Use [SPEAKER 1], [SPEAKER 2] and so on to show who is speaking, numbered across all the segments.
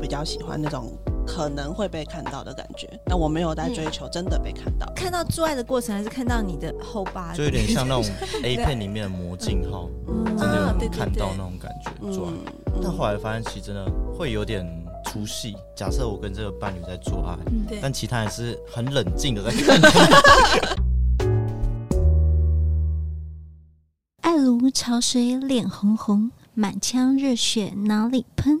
[SPEAKER 1] 比较喜欢那种可能会被看到的感觉。那我没有在追求真的被看到。
[SPEAKER 2] 看到做爱的过程，还是看到你的后八，
[SPEAKER 3] 就有点像那种 A 片里面的魔镜号，
[SPEAKER 2] 嗯
[SPEAKER 3] 真的
[SPEAKER 2] 啊对
[SPEAKER 3] 有
[SPEAKER 2] 对
[SPEAKER 3] 看到
[SPEAKER 2] 对
[SPEAKER 3] 那种感觉做爱
[SPEAKER 1] 嗯，
[SPEAKER 3] 但后来发现其实真的会有点出戏。假设我跟这个伴侣在做爱，
[SPEAKER 2] 对
[SPEAKER 3] 但其他人是很冷静的在看，
[SPEAKER 4] 爱如潮水，脸红红，满腔热血脑里喷。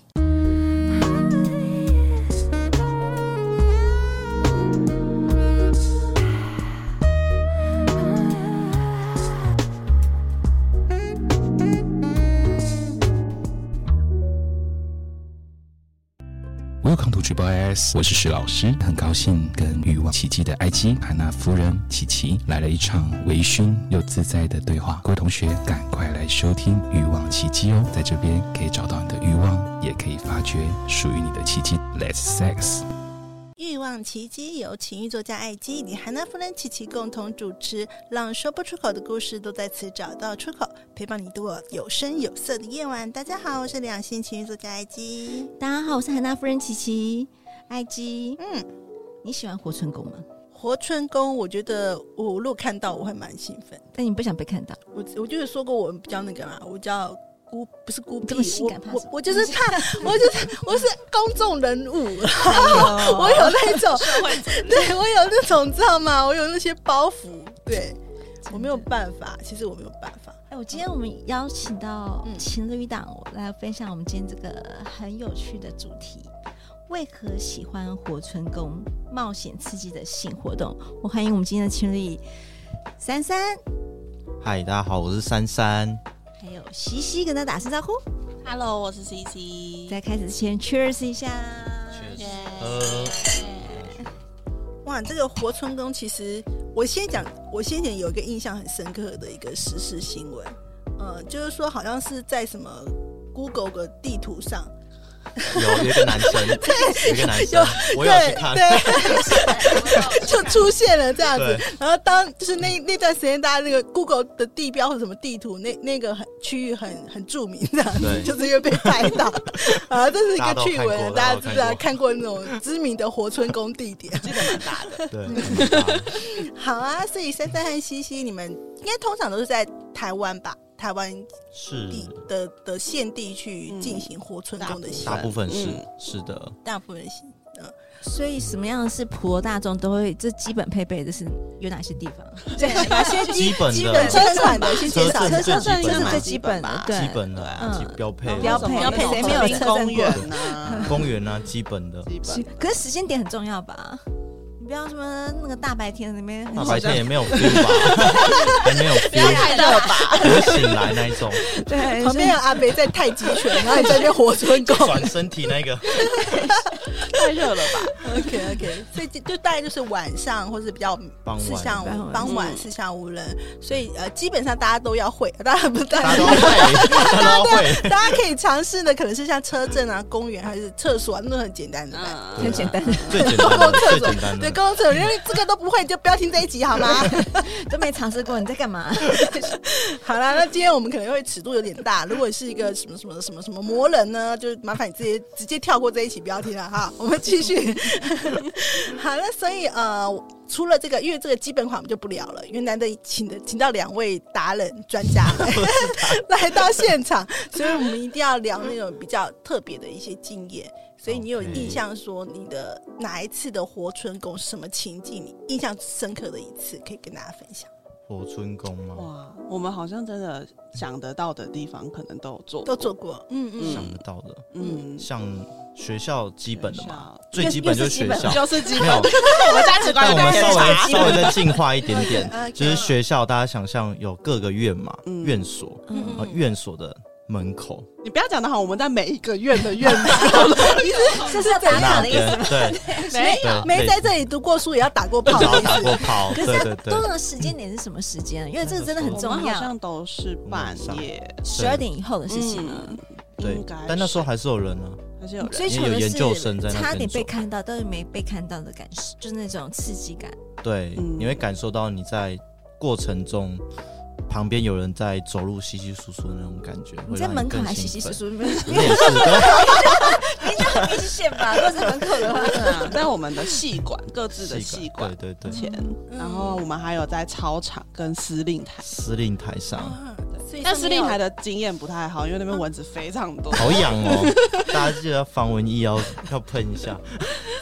[SPEAKER 5] Welcome to Triple IS，我是石老师，很高兴跟欲望奇迹的艾姬、海娜夫人、琪琪来了一场微醺又自在的对话。各位同学，赶快来收听欲望奇迹哦，在这边可以找到你的欲望，也可以发掘属于你的奇迹。Let's sex。
[SPEAKER 6] 欲望奇迹由情欲作家艾姬与韩娜夫人琪琪共同主持，让说不出口的故事都在此找到出口，陪伴你度过有声有色的夜晚。大家好，我是两性情欲作家艾姬。
[SPEAKER 2] 大家好，我是海娜夫人琪琪，艾姬。
[SPEAKER 6] 嗯，
[SPEAKER 2] 你喜欢活春宫吗？
[SPEAKER 6] 活春宫，我觉得我如果看到我会蛮兴奋。
[SPEAKER 2] 但你不想被看到，
[SPEAKER 6] 我我就是说过我比较那个嘛，我叫孤不是孤
[SPEAKER 2] 这
[SPEAKER 6] 僻
[SPEAKER 2] 么，性感怕
[SPEAKER 6] 我
[SPEAKER 2] 什么
[SPEAKER 6] 我我就是怕，我就是我是公众人物，
[SPEAKER 1] 有
[SPEAKER 6] 我有那种， 对我有那种，知道吗？我有那些包袱，对我没有办法，其实我没有办法。
[SPEAKER 2] 哎，我今天我们邀请到
[SPEAKER 6] 嗯
[SPEAKER 2] 情侣档来分享我们今天这个很有趣的主题：为何喜欢活春宫冒险刺激的性活动？我欢迎我们今天的情侣珊珊
[SPEAKER 3] 嗨，大家好，我是珊珊。
[SPEAKER 2] 还有西西，跟他打声招呼。
[SPEAKER 7] Hello，我是 CC。
[SPEAKER 2] 在开始之前，cheers 一下。
[SPEAKER 3] Cheers
[SPEAKER 7] 耶
[SPEAKER 3] 呃
[SPEAKER 6] 哇，这个活春宫其实，我先讲，我先前有一个印象很深刻的一个时事新闻，呃，就是说好像是在什么 Google 的地图上，
[SPEAKER 3] 有有一个男生，有一个男生，我有去看，
[SPEAKER 6] 对， 就出现了这样子
[SPEAKER 3] 对。
[SPEAKER 6] 然后当就是那那段时间，大家那个 Google 的地标或什么地图，那那个很区域很很著名这样子，
[SPEAKER 3] 对
[SPEAKER 6] 就是因为被拍 到。啊，这是一个趣闻，
[SPEAKER 3] 大家
[SPEAKER 6] 大家知
[SPEAKER 3] 都
[SPEAKER 6] 不
[SPEAKER 3] 有看过
[SPEAKER 6] 知道看过那种知名的活春宫地点？
[SPEAKER 3] 对，
[SPEAKER 6] 好啊，所以珊珊和西西，你们应该通常都是在台湾吧？台湾
[SPEAKER 3] 是
[SPEAKER 6] 地的的县地去进行活春宫的行
[SPEAKER 3] 嗯大
[SPEAKER 6] 为，
[SPEAKER 3] 部分是
[SPEAKER 1] 嗯
[SPEAKER 3] 是的，
[SPEAKER 6] 大部分行。嗯，
[SPEAKER 2] 所以什么样是普罗大众都会这基本配备的是有哪些地方？
[SPEAKER 6] 对，哪些
[SPEAKER 3] 基本
[SPEAKER 6] 基
[SPEAKER 3] 的
[SPEAKER 6] 本车船的先介绍一
[SPEAKER 3] 车
[SPEAKER 6] 下
[SPEAKER 2] 站
[SPEAKER 3] 震。最基本
[SPEAKER 2] 就是
[SPEAKER 3] 嘛
[SPEAKER 2] 最基本的
[SPEAKER 1] 吧，
[SPEAKER 2] 对，
[SPEAKER 3] 基本的啊
[SPEAKER 2] 嗯
[SPEAKER 3] 基标配
[SPEAKER 2] 标配
[SPEAKER 1] 然后什么
[SPEAKER 2] 谁没有
[SPEAKER 1] 那种
[SPEAKER 2] 车
[SPEAKER 1] 公
[SPEAKER 2] 站过
[SPEAKER 1] 园 啊，
[SPEAKER 3] 公园啊，基本的。
[SPEAKER 1] 基
[SPEAKER 2] 是
[SPEAKER 1] 本
[SPEAKER 2] 可是时间点很重要吧？你不要什么那个大白天那边
[SPEAKER 3] 大
[SPEAKER 2] 很
[SPEAKER 3] 白天也没有 feel 吧，还没有 feel，
[SPEAKER 7] 太热 吧！
[SPEAKER 3] 不会醒来那一种，
[SPEAKER 2] 对，
[SPEAKER 6] 旁边有阿北在太极拳，然后你在那边活春宫。
[SPEAKER 3] 转身体那个，
[SPEAKER 7] 太热了吧？
[SPEAKER 6] OK OK，所以就就大概就是晚上或是比较嗯
[SPEAKER 3] 傍晚
[SPEAKER 6] 四下
[SPEAKER 2] 傍
[SPEAKER 6] 无
[SPEAKER 2] 晚
[SPEAKER 6] 傍晚
[SPEAKER 1] 嗯
[SPEAKER 6] 四下无人，所以呃基本上大家都要会， 当然不是大
[SPEAKER 3] 大
[SPEAKER 6] 家
[SPEAKER 3] 家都会，大家都会，
[SPEAKER 6] 大家可以尝试的可能是像车震啊、公园还是厕所啊，那种很简单的。
[SPEAKER 7] 嗯，
[SPEAKER 2] 很简单，
[SPEAKER 3] 最简单的，最简单
[SPEAKER 6] 对，
[SPEAKER 3] 的，
[SPEAKER 6] 公共厕所，因为这个都不会，你就不要听这一集好吗？
[SPEAKER 2] 都没尝试过，你在干嘛？
[SPEAKER 6] 好啦，那今天我们可能会尺度有点大，如果是一个什么什么什么什么魔人呢，就麻烦你直接直接跳过这一期，不要听了哈。我们继续。 好，那所以呃，除了这个，因为这个基本款我们就不聊了，因为难得请的请到两位达人专家来到现场，所以我们一定要聊那种比较特别的一些经验。所以你有
[SPEAKER 3] OK
[SPEAKER 6] 印象说你的哪一次的活春宫是什么情境？你印象深刻的一次，可以跟大家分享，
[SPEAKER 3] 火春宫 吗？
[SPEAKER 1] 哇，我们好像真的想得到的地方，可能都有做
[SPEAKER 6] 都做过。嗯嗯。
[SPEAKER 3] 想得到的，
[SPEAKER 1] 嗯，
[SPEAKER 3] 像学校基本的嘛，
[SPEAKER 2] 学校
[SPEAKER 3] 最基本就是学校，
[SPEAKER 1] 是基
[SPEAKER 3] 没有，
[SPEAKER 7] 我们价值观
[SPEAKER 3] 但
[SPEAKER 7] 有
[SPEAKER 3] 我们
[SPEAKER 7] 点
[SPEAKER 3] 稍
[SPEAKER 7] 差
[SPEAKER 3] 微。稍微再进化一点点
[SPEAKER 6] OK，
[SPEAKER 3] 就是学校，大家想象有各个院嘛，
[SPEAKER 1] 嗯
[SPEAKER 3] 院所，
[SPEAKER 2] 嗯
[SPEAKER 3] 啊，院所的门口
[SPEAKER 1] 你不要讲的好，我们在每一个院的院吧，
[SPEAKER 2] 这是要打卡
[SPEAKER 3] 那
[SPEAKER 2] 的意思
[SPEAKER 3] 边
[SPEAKER 2] 吗？，
[SPEAKER 3] 对，
[SPEAKER 7] 没
[SPEAKER 3] 有
[SPEAKER 6] 没在这里读过书，也要打过炮。
[SPEAKER 3] 然后打过炮，
[SPEAKER 2] 可
[SPEAKER 3] 对
[SPEAKER 2] 是
[SPEAKER 3] 对
[SPEAKER 2] 要
[SPEAKER 3] 对
[SPEAKER 2] 多，长的时间点是什么时间？因为这个真的很
[SPEAKER 1] 我
[SPEAKER 2] 重
[SPEAKER 1] 们好
[SPEAKER 2] 要，
[SPEAKER 1] 像都是半夜
[SPEAKER 2] 十二点以后的事情啊了。
[SPEAKER 1] 嗯，
[SPEAKER 3] 嗯对
[SPEAKER 1] 应该是，
[SPEAKER 3] 但那时候还是有人啊，
[SPEAKER 1] 还是有人
[SPEAKER 2] 追求的
[SPEAKER 3] 因为有研究生在
[SPEAKER 2] 是
[SPEAKER 3] 那边
[SPEAKER 2] 差点被
[SPEAKER 3] 做
[SPEAKER 2] 看到，但是没被看到的感受，就是那种刺激感。
[SPEAKER 3] 对，
[SPEAKER 1] 嗯
[SPEAKER 3] 你会感受到你在过程中旁边有人在走路稀稀疏疏的那种感觉，
[SPEAKER 2] 你
[SPEAKER 3] 会
[SPEAKER 2] 在
[SPEAKER 3] 让
[SPEAKER 2] 门口
[SPEAKER 3] 更
[SPEAKER 2] 还稀稀
[SPEAKER 3] 兴
[SPEAKER 2] 疏
[SPEAKER 3] 奋
[SPEAKER 2] 疏，你就
[SPEAKER 3] 有点是，对
[SPEAKER 2] 很明显 吧？如果在门口的话，
[SPEAKER 1] 对啊，在我们的戏馆各自的
[SPEAKER 3] 细
[SPEAKER 1] 戏
[SPEAKER 3] 管
[SPEAKER 1] 馆
[SPEAKER 3] 对对对，
[SPEAKER 1] 前，然后我们还有在操场跟司令台。
[SPEAKER 3] 司令台上
[SPEAKER 6] 啊，所以
[SPEAKER 1] 但
[SPEAKER 6] 是
[SPEAKER 1] 司
[SPEAKER 6] 没
[SPEAKER 1] 令
[SPEAKER 6] 有
[SPEAKER 1] 台的经验不太好，因为那边蚊子非常多。
[SPEAKER 3] 好痒哦，大家记得要防蚊液要要喷一下，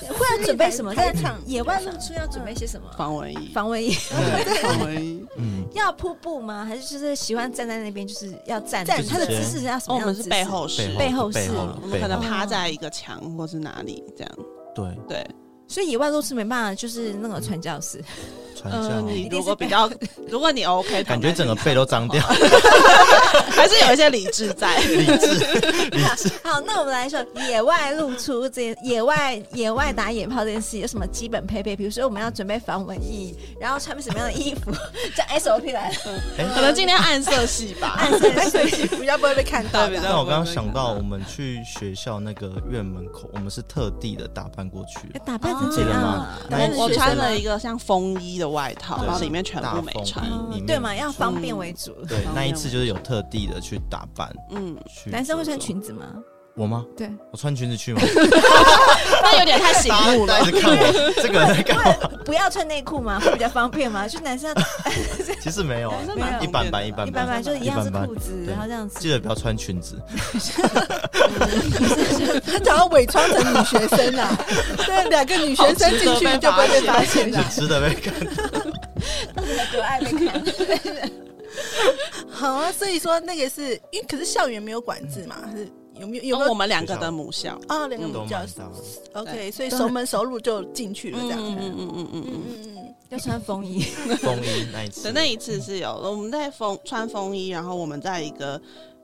[SPEAKER 2] 会要准备什么？在
[SPEAKER 6] 开场
[SPEAKER 2] 野外露出要准备些什么？
[SPEAKER 1] 防蚊衣，
[SPEAKER 2] 防蚊液
[SPEAKER 1] 对防蚊衣。
[SPEAKER 3] 嗯，
[SPEAKER 2] 要瀑布吗？还是就是喜欢站在那边，就是要站着
[SPEAKER 6] 站
[SPEAKER 2] 他的
[SPEAKER 3] 着
[SPEAKER 2] 姿势是要什
[SPEAKER 1] 哦，
[SPEAKER 2] 么
[SPEAKER 1] 我
[SPEAKER 2] 样的
[SPEAKER 1] 们是
[SPEAKER 2] 姿势？
[SPEAKER 1] 背后式，
[SPEAKER 2] 背
[SPEAKER 3] 背
[SPEAKER 2] 后
[SPEAKER 3] 后
[SPEAKER 2] 是
[SPEAKER 3] 背后
[SPEAKER 1] 我们
[SPEAKER 3] 背
[SPEAKER 1] 可能
[SPEAKER 3] 后，
[SPEAKER 1] 趴在一个墙或是哪里这样。
[SPEAKER 3] 对，
[SPEAKER 1] 对，
[SPEAKER 2] 所以野外露出没办法，就是那个传教 士。
[SPEAKER 3] 传
[SPEAKER 1] 呃，
[SPEAKER 3] 教，
[SPEAKER 1] 你
[SPEAKER 2] 定
[SPEAKER 1] 如
[SPEAKER 2] 是
[SPEAKER 1] 果
[SPEAKER 2] 背
[SPEAKER 1] 比 较，如果你 OK，
[SPEAKER 3] 哦感觉整个背
[SPEAKER 1] 都
[SPEAKER 3] 都脏掉，
[SPEAKER 1] 还是有一些理智 在。
[SPEAKER 3] 理智，
[SPEAKER 2] 好，那我们来说野外露出这野外野外打野炮这件事有什么基本配备？比如说我们要准备防蚊液，然后穿什么样的衣服？这 SOP 来了，
[SPEAKER 1] 可能今天暗色系吧，
[SPEAKER 2] 暗示
[SPEAKER 6] 所以比较不会被看到
[SPEAKER 1] 对比
[SPEAKER 6] 的。
[SPEAKER 1] 较
[SPEAKER 3] 但我刚刚想到，我们去学校那个院门口，我们是特地的打扮过去的，
[SPEAKER 2] 打扮成怎
[SPEAKER 3] 记得
[SPEAKER 2] 样
[SPEAKER 3] 吗
[SPEAKER 2] 啊？打
[SPEAKER 3] 那
[SPEAKER 2] 扮成
[SPEAKER 1] 我
[SPEAKER 2] 学生
[SPEAKER 1] 穿
[SPEAKER 2] 吗
[SPEAKER 1] 了一个像风衣的外套，
[SPEAKER 3] 对
[SPEAKER 1] 然后里面全部没穿
[SPEAKER 3] 大。风衣里
[SPEAKER 2] 嗯
[SPEAKER 3] 面
[SPEAKER 2] 对嘛，要方便为主。
[SPEAKER 3] 对，那一次就是有特地的去打扮，
[SPEAKER 1] 嗯，
[SPEAKER 3] 去
[SPEAKER 2] 男生会穿裙子吗？
[SPEAKER 3] 我吗？
[SPEAKER 2] 对，
[SPEAKER 3] 我穿裙子去吗？
[SPEAKER 1] 那有点太醒目了
[SPEAKER 3] 大。家一直看我，这个人在干嘛？
[SPEAKER 2] 不要穿内裤吗？会比较方便吗？就男生要
[SPEAKER 3] 其实没有啊
[SPEAKER 1] 男，生蛮方便的
[SPEAKER 3] 一般般，一般
[SPEAKER 2] 一般般，
[SPEAKER 3] 般，
[SPEAKER 2] 就一样是
[SPEAKER 3] 一般般
[SPEAKER 2] 裤子，
[SPEAKER 3] 对
[SPEAKER 2] 然后这样子。
[SPEAKER 3] 记得不要穿裙子，
[SPEAKER 6] 他想要伪装成女学生啊，对，两个女学生进去就不会被发现
[SPEAKER 3] 只
[SPEAKER 6] 的。
[SPEAKER 3] 值得被看到。
[SPEAKER 2] 可爱被看。
[SPEAKER 6] 好啊，所以说那个是因为可是校园没有管制嘛，还是有没有有没
[SPEAKER 1] 然后哦
[SPEAKER 6] 有
[SPEAKER 1] 我们两个的母校，
[SPEAKER 6] 啊？两个
[SPEAKER 3] 都
[SPEAKER 6] 比较
[SPEAKER 3] 蛮大的
[SPEAKER 6] OK，所以熟门熟路就进去了这样。
[SPEAKER 1] 嗯嗯嗯
[SPEAKER 6] 嗯
[SPEAKER 1] 嗯嗯嗯。
[SPEAKER 6] 嗯嗯，
[SPEAKER 2] 要穿风衣，
[SPEAKER 3] 风衣那一次
[SPEAKER 1] 的，那一次是有，我们在风穿风衣，然后我们在一个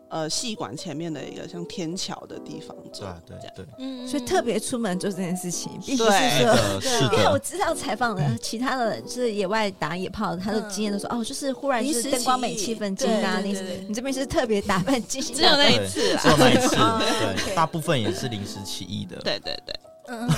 [SPEAKER 1] 呃戏馆前面的一个像天桥的地方走
[SPEAKER 3] 对啊，对
[SPEAKER 1] 这样
[SPEAKER 3] 对，
[SPEAKER 6] 嗯
[SPEAKER 2] 所以特别出门做这件事情，必须
[SPEAKER 1] 对
[SPEAKER 2] 是
[SPEAKER 3] 是
[SPEAKER 2] 说。
[SPEAKER 3] 的，是
[SPEAKER 2] 因为我
[SPEAKER 3] 的，
[SPEAKER 2] 知道采访的其他的就是野外打野炮的，他的
[SPEAKER 6] 嗯
[SPEAKER 2] 经验都说、哦，就是忽然就是灯光美、气氛精啊，
[SPEAKER 6] 临
[SPEAKER 2] 你
[SPEAKER 6] 时起意对对对对
[SPEAKER 2] 你这边是特别打扮精心
[SPEAKER 1] 只有
[SPEAKER 2] 打扮，
[SPEAKER 1] 那一次啦
[SPEAKER 3] 只有那一次，
[SPEAKER 6] 哦
[SPEAKER 3] 对，
[SPEAKER 6] OK
[SPEAKER 3] 大部分也是临时起意的，
[SPEAKER 1] 对 对对，
[SPEAKER 6] 嗯，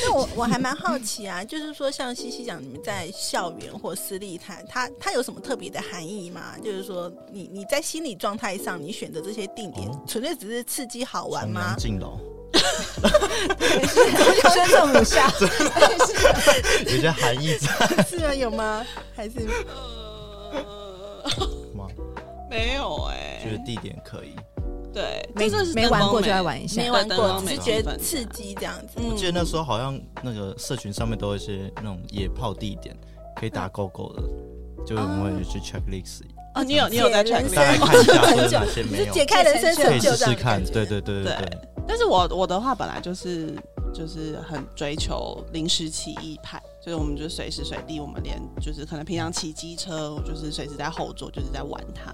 [SPEAKER 6] 那我我还蛮好奇啊，就是说像西西讲，你们在校园或私立谈，它它有什么特别的含义吗？就是说你，你在心理状态上，你选择这些定点
[SPEAKER 3] 哦，
[SPEAKER 6] 纯粹只是刺激好玩
[SPEAKER 3] 从
[SPEAKER 6] 吗
[SPEAKER 3] 梁？静楼，
[SPEAKER 2] 尊重母校，
[SPEAKER 3] 有一些含义在
[SPEAKER 6] 是啊，有吗？还是
[SPEAKER 3] 吗？
[SPEAKER 1] 没有哎、
[SPEAKER 3] 觉得地点可以，
[SPEAKER 1] 对，
[SPEAKER 2] 没
[SPEAKER 1] 这就是
[SPEAKER 2] 没
[SPEAKER 1] 灯光
[SPEAKER 2] 玩过
[SPEAKER 1] 美
[SPEAKER 2] 就来玩一下
[SPEAKER 6] 没玩
[SPEAKER 1] 对灯
[SPEAKER 6] 过，
[SPEAKER 1] 光
[SPEAKER 6] 只
[SPEAKER 1] 美
[SPEAKER 6] 是觉
[SPEAKER 1] 气氛
[SPEAKER 6] 得
[SPEAKER 1] 啊
[SPEAKER 6] 刺激这样子。
[SPEAKER 1] 嗯
[SPEAKER 3] 我记得那时候好像那个社群上面都有一些那种野炮地点可以打勾勾的，就我们会去 check list，
[SPEAKER 1] 哦，你有你有在 check
[SPEAKER 6] 解人
[SPEAKER 1] list
[SPEAKER 3] 大概看一下会有哪些没
[SPEAKER 6] 就
[SPEAKER 3] 有，
[SPEAKER 6] 解开人生
[SPEAKER 3] 可以
[SPEAKER 6] 成就
[SPEAKER 3] 试
[SPEAKER 6] 这样
[SPEAKER 3] 试
[SPEAKER 6] 的感
[SPEAKER 3] 看。
[SPEAKER 6] 觉
[SPEAKER 3] 对对对对对，
[SPEAKER 1] 但是我我的话本来就是就是很追求临时起意派，就是我们就随时随地，我们连就是可能平常骑机车，我就是随时在后座就是在玩它，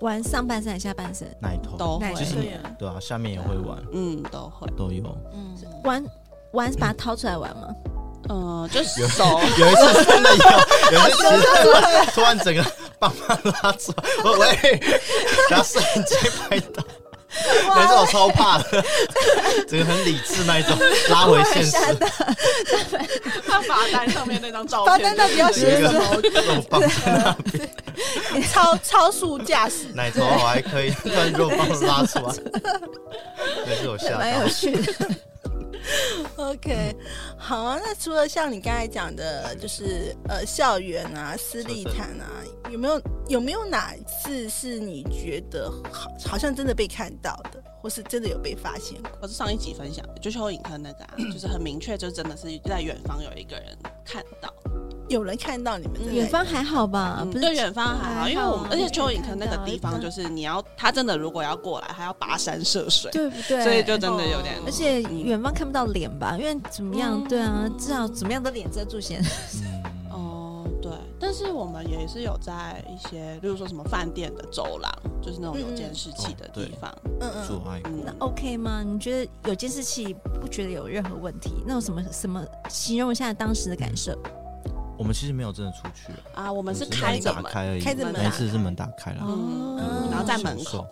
[SPEAKER 2] 玩上半身还是下半身，
[SPEAKER 3] 那一头
[SPEAKER 1] 都会
[SPEAKER 2] 其实
[SPEAKER 6] 对啊
[SPEAKER 3] 对啊，下面也会玩，
[SPEAKER 1] 嗯都会，
[SPEAKER 3] 都有。
[SPEAKER 6] 嗯，
[SPEAKER 2] 玩玩把它掏出来玩吗？
[SPEAKER 1] 嗯、
[SPEAKER 2] 哦
[SPEAKER 1] 就是手。
[SPEAKER 3] 有一次真的有，有一次突然突然整个棒棒拉出来，我喂，然后摄影机拍到，但是我超怕的，整个很理智那一种，拉回现实。
[SPEAKER 1] 看罚单上面那张照
[SPEAKER 6] 罚单那比较
[SPEAKER 3] 有一
[SPEAKER 6] 写
[SPEAKER 3] 个
[SPEAKER 6] 什么？
[SPEAKER 3] 肉棒在那边，
[SPEAKER 6] 超超速驾驶，
[SPEAKER 3] 奶头我还可以，突然肉棒拉出 来，那是我吓
[SPEAKER 2] 蛮
[SPEAKER 3] 到
[SPEAKER 2] 有。趣的，
[SPEAKER 6] OK，好啊。那除了像你刚才讲的，就是呃校园啊、私立谈啊，有没有有没有哪一次是你觉得好好像真的被看到的，或是真的有被发现过？
[SPEAKER 1] 我是上一集分享的，就蚯蚓坑那个 啊，就是很明确，就真的是在远方有一个人看到。
[SPEAKER 6] 有人看到你们真的
[SPEAKER 2] 远方还好吧？
[SPEAKER 1] 嗯
[SPEAKER 2] 啊不
[SPEAKER 1] 对
[SPEAKER 2] 是
[SPEAKER 1] 远方还好，因为我们
[SPEAKER 2] 还好
[SPEAKER 1] 而
[SPEAKER 2] 啊
[SPEAKER 1] 且蚯蚓坑那个地方，就是你要他真的如果要过来，还要跋山涉水，
[SPEAKER 2] 对不对？
[SPEAKER 1] 所以就真的有点
[SPEAKER 2] 而且
[SPEAKER 1] 嗯
[SPEAKER 2] 远方看不到脸吧？因为怎么样？对啊，至少怎么样都脸遮住先。
[SPEAKER 3] 嗯，
[SPEAKER 1] 哦，对，但是我们也是有在一些，例如说什么饭店的走廊，就是那种有监视器的地方，
[SPEAKER 6] 嗯嗯，
[SPEAKER 3] 做爱过，
[SPEAKER 1] 嗯
[SPEAKER 2] 那 OK 吗？你觉得有监视器不觉得有任何问题？那有什么什么形容一下当时的感受？
[SPEAKER 3] 我们其实没有真的出去，
[SPEAKER 1] 啊，我
[SPEAKER 3] 我
[SPEAKER 1] 们是开着
[SPEAKER 3] 打
[SPEAKER 1] 门，啊
[SPEAKER 3] 开而已，
[SPEAKER 6] 开着门
[SPEAKER 3] 那一次是门打开了。
[SPEAKER 1] 嗯
[SPEAKER 2] 哦
[SPEAKER 1] 然后在门口，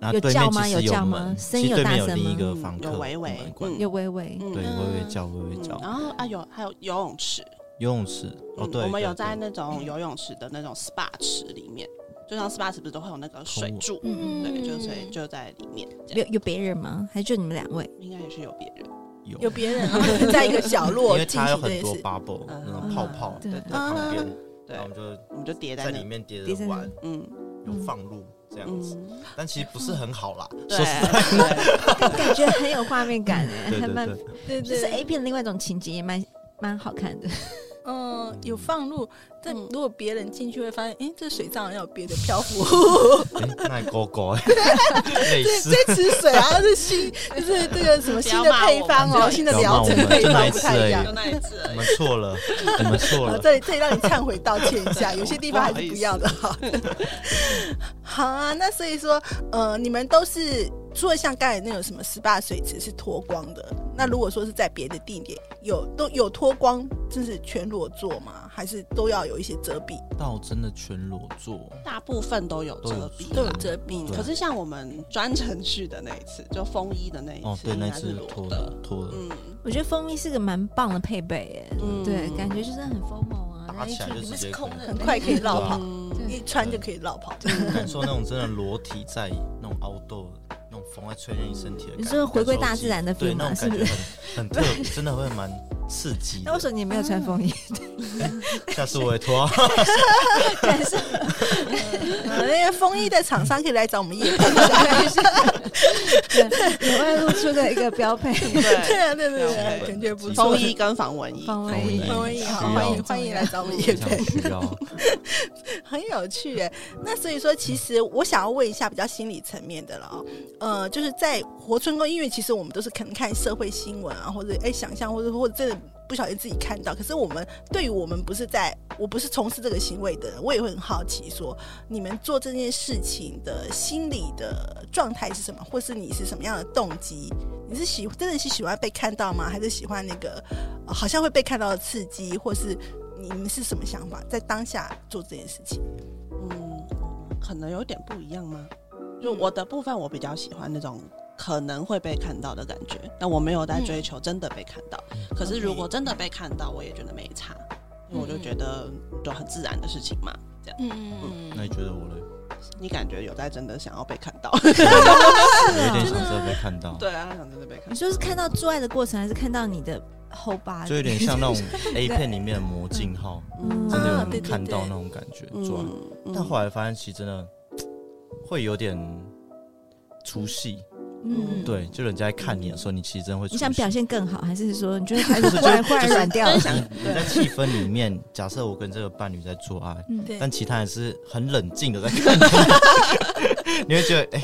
[SPEAKER 3] 然
[SPEAKER 2] 有
[SPEAKER 3] 后对
[SPEAKER 2] 叫
[SPEAKER 3] 面
[SPEAKER 2] 吗
[SPEAKER 3] 其
[SPEAKER 2] 有
[SPEAKER 3] 实
[SPEAKER 2] 叫
[SPEAKER 3] 有
[SPEAKER 2] 吗
[SPEAKER 3] 门，
[SPEAKER 2] 声音
[SPEAKER 3] 其实
[SPEAKER 2] 有
[SPEAKER 3] 对
[SPEAKER 2] 大
[SPEAKER 3] 面有
[SPEAKER 2] 声
[SPEAKER 3] 另一
[SPEAKER 2] 吗
[SPEAKER 3] 个
[SPEAKER 1] 嗯
[SPEAKER 3] 房
[SPEAKER 1] 有
[SPEAKER 3] 客
[SPEAKER 1] 微微
[SPEAKER 3] 门关
[SPEAKER 1] 嗯
[SPEAKER 2] 有微微，
[SPEAKER 3] 对，微微叫，微微
[SPEAKER 1] 嗯
[SPEAKER 3] 叫，
[SPEAKER 1] 然后啊有还有游泳池，
[SPEAKER 3] 游泳池哦，
[SPEAKER 1] 嗯
[SPEAKER 3] 对，
[SPEAKER 1] 我们
[SPEAKER 3] 对
[SPEAKER 1] 有在
[SPEAKER 3] 对
[SPEAKER 1] 那种游泳池的那种 SPA 池里面，就像 SPA 池不是都会有那个水柱，
[SPEAKER 2] 嗯
[SPEAKER 1] 对，就所以就在里面这
[SPEAKER 2] 有
[SPEAKER 1] 样，
[SPEAKER 2] 有别人吗？还就你们两位？
[SPEAKER 1] 应该也是有别人，
[SPEAKER 3] 有
[SPEAKER 6] 有别人然后在一个角
[SPEAKER 3] 因
[SPEAKER 6] 落
[SPEAKER 3] 为
[SPEAKER 6] 进
[SPEAKER 3] 它有
[SPEAKER 6] 行这
[SPEAKER 3] 很
[SPEAKER 6] 件
[SPEAKER 3] 多
[SPEAKER 6] 事，
[SPEAKER 3] bubble
[SPEAKER 1] 嗯
[SPEAKER 3] 那种泡泡
[SPEAKER 2] 对
[SPEAKER 3] 在在旁边，
[SPEAKER 1] 对
[SPEAKER 3] 然后，我们就
[SPEAKER 1] 我们就叠
[SPEAKER 3] 在
[SPEAKER 1] 那
[SPEAKER 3] 里，面叠
[SPEAKER 2] 叠在
[SPEAKER 3] 着
[SPEAKER 2] 那
[SPEAKER 3] 玩，
[SPEAKER 1] 嗯
[SPEAKER 3] 有放入这样子，
[SPEAKER 1] 嗯，
[SPEAKER 3] 但其实不是很好啦，
[SPEAKER 1] 对
[SPEAKER 3] 说实在，
[SPEAKER 1] 对，
[SPEAKER 2] 感觉很有画面 感
[SPEAKER 1] 欸
[SPEAKER 2] 哎，
[SPEAKER 3] 对
[SPEAKER 2] 还
[SPEAKER 3] 对
[SPEAKER 2] 蛮
[SPEAKER 3] 对，
[SPEAKER 6] 对
[SPEAKER 2] 就是哎
[SPEAKER 6] 对，
[SPEAKER 2] A
[SPEAKER 1] 嗯
[SPEAKER 2] 片的另外一种情节，也蛮蛮好看的。
[SPEAKER 6] 嗯，有放入，但
[SPEAKER 1] 嗯
[SPEAKER 6] 如果别人进去会发现，哎，这水藏好像有别的漂浮
[SPEAKER 3] 诶哎那狗 狗哎，类似
[SPEAKER 6] 这池水啊，是新，就是这个什么新
[SPEAKER 7] 不
[SPEAKER 6] 的
[SPEAKER 7] 要骂我
[SPEAKER 6] 配方哦，
[SPEAKER 7] 们
[SPEAKER 6] 新的疗程配
[SPEAKER 3] 不要骂我们
[SPEAKER 6] 方不太一样
[SPEAKER 7] 就。那一次而
[SPEAKER 3] 我
[SPEAKER 7] 已。
[SPEAKER 3] 们错了，我们错
[SPEAKER 6] 好，
[SPEAKER 3] 了，
[SPEAKER 6] 这里这里让你忏悔道歉一下，有些地方还是不要的好。 好啊，那所以说，呃，你们都是除了像刚才那种什么 SPA 水池是脱光的，那如果说是在别的地点有都有脱光，就是全裸做吗？还是都要有一些遮蔽？
[SPEAKER 3] 到真的全裸做，
[SPEAKER 1] 大部分都有遮蔽啦，
[SPEAKER 6] 都有遮蔽
[SPEAKER 1] 嗯，
[SPEAKER 3] 对
[SPEAKER 1] 可是像我们专程去的那一次，就风衣的那一
[SPEAKER 3] 哦，
[SPEAKER 1] 次，
[SPEAKER 3] 对，那
[SPEAKER 1] 应该是
[SPEAKER 3] 次
[SPEAKER 1] 裸
[SPEAKER 3] 脱
[SPEAKER 1] 的，
[SPEAKER 3] 脱的，
[SPEAKER 1] 嗯，
[SPEAKER 2] 我觉得蜂蜜是个蛮棒的配备哎，
[SPEAKER 1] 嗯
[SPEAKER 2] 对，感觉就是很丰满啊，
[SPEAKER 3] 打
[SPEAKER 2] 然后一
[SPEAKER 3] 起来
[SPEAKER 2] 出
[SPEAKER 3] 就
[SPEAKER 2] 里
[SPEAKER 3] 直
[SPEAKER 2] 面是
[SPEAKER 3] 接
[SPEAKER 2] 空的，
[SPEAKER 6] 很快可以绕
[SPEAKER 3] 对啊
[SPEAKER 6] 跑，
[SPEAKER 1] 嗯
[SPEAKER 2] 对
[SPEAKER 6] 一穿就可以绕跑。啊
[SPEAKER 3] 感受那种真的裸体在那种凹豆那种风在吹遍你身体的感
[SPEAKER 2] 你
[SPEAKER 3] 觉，
[SPEAKER 2] 说回归大自然的
[SPEAKER 3] 对
[SPEAKER 2] feel
[SPEAKER 3] 那
[SPEAKER 2] 嘛，是
[SPEAKER 3] 种
[SPEAKER 2] 不
[SPEAKER 3] 感觉
[SPEAKER 2] 是？
[SPEAKER 3] 很很特 别，真的会蛮刺激
[SPEAKER 2] 那为什
[SPEAKER 3] 的。
[SPEAKER 2] 么你没有穿风衣？
[SPEAKER 3] 下次我也脱 啊，
[SPEAKER 2] 但是
[SPEAKER 6] 嗯那个风衣的厂商可以来找我们叶配。
[SPEAKER 2] 野外露出的一个标配，
[SPEAKER 6] 对
[SPEAKER 1] 对，
[SPEAKER 6] 啊，对对对，
[SPEAKER 1] 对
[SPEAKER 6] 感觉不错
[SPEAKER 1] 风。衣跟防蚊衣，
[SPEAKER 2] 防
[SPEAKER 3] 风
[SPEAKER 2] 蚊
[SPEAKER 3] 衣
[SPEAKER 2] 衣。
[SPEAKER 6] 风衣好，
[SPEAKER 3] 需要
[SPEAKER 6] 欢迎欢迎来找我们叶
[SPEAKER 3] 非
[SPEAKER 6] 配
[SPEAKER 3] 常。需要。
[SPEAKER 6] 很有趣耶。那所以说，其实我想要问一下比较心理层面的了哦，呃，就是在活春宫，因为其实我们都是可能看社会新闻啊，或者哎想象，或者或者真的不小心自己看到。可是我们对于我们不是在我不是从事这个行为的人，我也会很好奇说，你们做这件事情的心理的状态是什么，或是你是什么样的动机？你是喜真的是喜欢被看到吗？还是喜欢那个、呃好像会被看到的刺激，或是？你们是什么想法？在当下做这件事情？
[SPEAKER 1] 嗯，可能有点不一样吗？就我的部分，我比较喜欢那种可能会被看到的感觉，但我没有在追求真的被看到。可是如果真的被看到，我也觉得没差，因为我就觉得就很自然的事情嘛。这样，
[SPEAKER 6] 嗯
[SPEAKER 3] 那你觉得我嘞？
[SPEAKER 1] 你感觉有在真的想要被看 到？
[SPEAKER 3] 我有点想真的被看到，
[SPEAKER 1] 对啊，他想真的被看到。
[SPEAKER 2] 你说是看到做爱的过程，还是看到你的后巴？
[SPEAKER 3] 就有点像那 种 A 片里面的魔镜号，
[SPEAKER 2] 嗯
[SPEAKER 3] 真的有
[SPEAKER 6] 啊对
[SPEAKER 3] 人
[SPEAKER 6] 对
[SPEAKER 3] 看到
[SPEAKER 6] 对
[SPEAKER 3] 那种感觉，
[SPEAKER 1] 嗯
[SPEAKER 3] 做完。
[SPEAKER 1] 嗯
[SPEAKER 3] 但后来发现，其实真的会有点出戏。
[SPEAKER 2] 嗯，
[SPEAKER 3] 对，就人家在看你的时候，你其实真的会出
[SPEAKER 2] 你
[SPEAKER 3] 戏。
[SPEAKER 2] 想表现更好，还是说你觉得还是忽然忽然软掉了？
[SPEAKER 3] 你在气氛里面， 假设我跟这个伴侣在做爱，
[SPEAKER 2] 嗯
[SPEAKER 6] 对
[SPEAKER 3] 但其他人是很冷静的在看你，你 会觉得哎、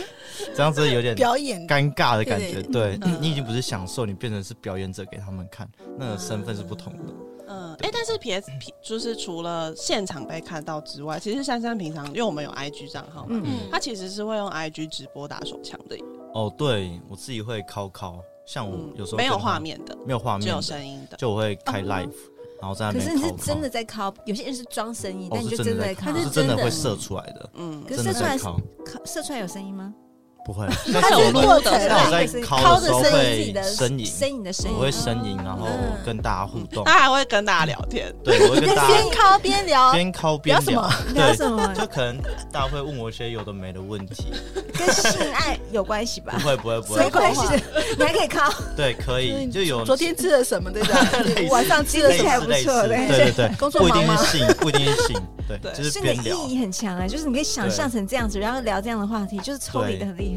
[SPEAKER 3] 这样子有点
[SPEAKER 6] 表演
[SPEAKER 3] 尴尬的感觉。
[SPEAKER 6] 对
[SPEAKER 3] 对
[SPEAKER 1] 嗯
[SPEAKER 3] 你已经不是享受，你变成是表演者给他们看，那个身份是不同的。
[SPEAKER 1] 嗯，哎、但是撇撇就是除了现场被看到之外，其实珊珊平常因为我们有 IG 账号嘛，
[SPEAKER 2] 嗯，
[SPEAKER 1] 她、其实是会用 IG 直播打手枪的，
[SPEAKER 3] 哦，对我自己会考考，像我
[SPEAKER 1] 嗯
[SPEAKER 3] 有时候
[SPEAKER 1] 没有
[SPEAKER 3] 跟他
[SPEAKER 1] 画，面的，
[SPEAKER 3] 没有画
[SPEAKER 1] 只
[SPEAKER 3] 面
[SPEAKER 1] 有
[SPEAKER 3] 的，
[SPEAKER 1] 声音的。哦
[SPEAKER 3] 就我会开 live，然后在那
[SPEAKER 2] 可
[SPEAKER 3] 边
[SPEAKER 2] 是
[SPEAKER 3] 考
[SPEAKER 2] 你是
[SPEAKER 3] 考。
[SPEAKER 2] 真的在靠，有些人是装声音，
[SPEAKER 3] 哦
[SPEAKER 2] 但你就是真
[SPEAKER 3] 真
[SPEAKER 2] 的
[SPEAKER 3] 的
[SPEAKER 2] 在
[SPEAKER 3] 在
[SPEAKER 2] 靠
[SPEAKER 3] 考，
[SPEAKER 6] 他
[SPEAKER 3] 是
[SPEAKER 6] 是
[SPEAKER 3] 真的
[SPEAKER 6] 真的
[SPEAKER 3] 会射出来的，
[SPEAKER 1] 嗯，
[SPEAKER 2] 可是
[SPEAKER 3] 真
[SPEAKER 2] 射
[SPEAKER 3] 的
[SPEAKER 2] 出来
[SPEAKER 3] 在
[SPEAKER 2] 是
[SPEAKER 3] 考，
[SPEAKER 2] 靠射出来有声音吗？
[SPEAKER 3] 不会。
[SPEAKER 1] 但
[SPEAKER 6] 它
[SPEAKER 1] 是
[SPEAKER 6] 只
[SPEAKER 1] 我
[SPEAKER 6] 是
[SPEAKER 1] 们
[SPEAKER 6] 过程
[SPEAKER 1] 对
[SPEAKER 3] 但我
[SPEAKER 6] 啦，
[SPEAKER 3] 在
[SPEAKER 2] 靠
[SPEAKER 3] 敲
[SPEAKER 2] 着
[SPEAKER 3] 时候
[SPEAKER 2] 声音自己
[SPEAKER 3] 会
[SPEAKER 2] 的
[SPEAKER 3] 呻吟，
[SPEAKER 2] 声音的声音，
[SPEAKER 3] 我会呻吟，然后跟大家互动。
[SPEAKER 1] 他还会跟大家聊天，
[SPEAKER 3] 对，我会跟大
[SPEAKER 6] 边
[SPEAKER 3] 家
[SPEAKER 6] 敲边聊，
[SPEAKER 3] 边敲边
[SPEAKER 6] 聊
[SPEAKER 3] 聊，
[SPEAKER 2] 聊
[SPEAKER 3] 对，
[SPEAKER 2] 哦什么？
[SPEAKER 3] 就可能大家会问我一些有的没的问题，
[SPEAKER 2] 跟性爱有关系吧
[SPEAKER 3] 不？会不会不
[SPEAKER 2] 没
[SPEAKER 3] 会，
[SPEAKER 2] 关系，你还可以靠。
[SPEAKER 3] 对，可以，就有
[SPEAKER 6] 昨天吃了什么对
[SPEAKER 3] 类
[SPEAKER 6] 吧？
[SPEAKER 3] 似
[SPEAKER 6] 晚上吃了
[SPEAKER 3] 类
[SPEAKER 6] 什么？
[SPEAKER 2] 还
[SPEAKER 3] 似
[SPEAKER 2] 不
[SPEAKER 3] 类似，
[SPEAKER 2] 错对
[SPEAKER 3] 对对对，
[SPEAKER 6] 工作
[SPEAKER 3] 不一
[SPEAKER 6] 忙
[SPEAKER 3] 定
[SPEAKER 6] 吗
[SPEAKER 3] 是性，不一定是性，对，
[SPEAKER 1] 对
[SPEAKER 3] 就是
[SPEAKER 2] 性的
[SPEAKER 3] 边聊，
[SPEAKER 2] 意义很强哎、就是你可以想象成这样子，然后聊这样的话题，就是抽离的很厉害。
[SPEAKER 1] 嗯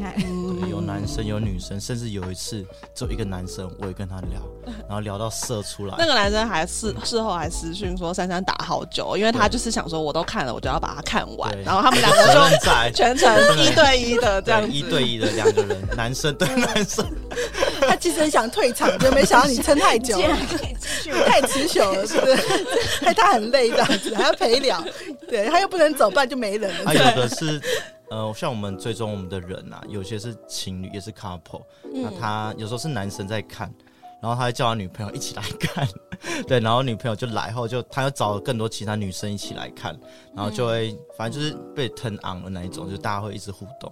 [SPEAKER 3] 对，有男生有女生，甚至有一次只有一个男生，我也跟他聊，然后聊到射出来
[SPEAKER 1] 那，个男生还事事后还私讯说珊珊打好久，因为他就是想说我都看了，我就要把它看完。
[SPEAKER 3] 对
[SPEAKER 1] 然后他们两个
[SPEAKER 3] 责任
[SPEAKER 1] 就
[SPEAKER 3] 在
[SPEAKER 1] 全程
[SPEAKER 3] 对
[SPEAKER 1] 一对一的 这样
[SPEAKER 3] 对
[SPEAKER 1] 子，
[SPEAKER 3] 一对一的两个人，男生对男生，
[SPEAKER 6] 他其实很想退场，就没想到你撑太 久
[SPEAKER 2] 竟
[SPEAKER 6] 了
[SPEAKER 2] 然。可以继续玩，
[SPEAKER 6] 太持久了，是不是？ 害他很累这样子，还要陪聊，对他又不能走，不然就没人了
[SPEAKER 3] 啊，。有的是，呃，像我们追踪我们的人啊，有些是情侣，也是 couple，、那他有时候是男生在看，然后他还叫他女朋友一起来看， 对，然后女朋友就来后就他又找更多其他女生一起来看，然后就会、反正就是被 turn on 的那一种，就大家会一直互动，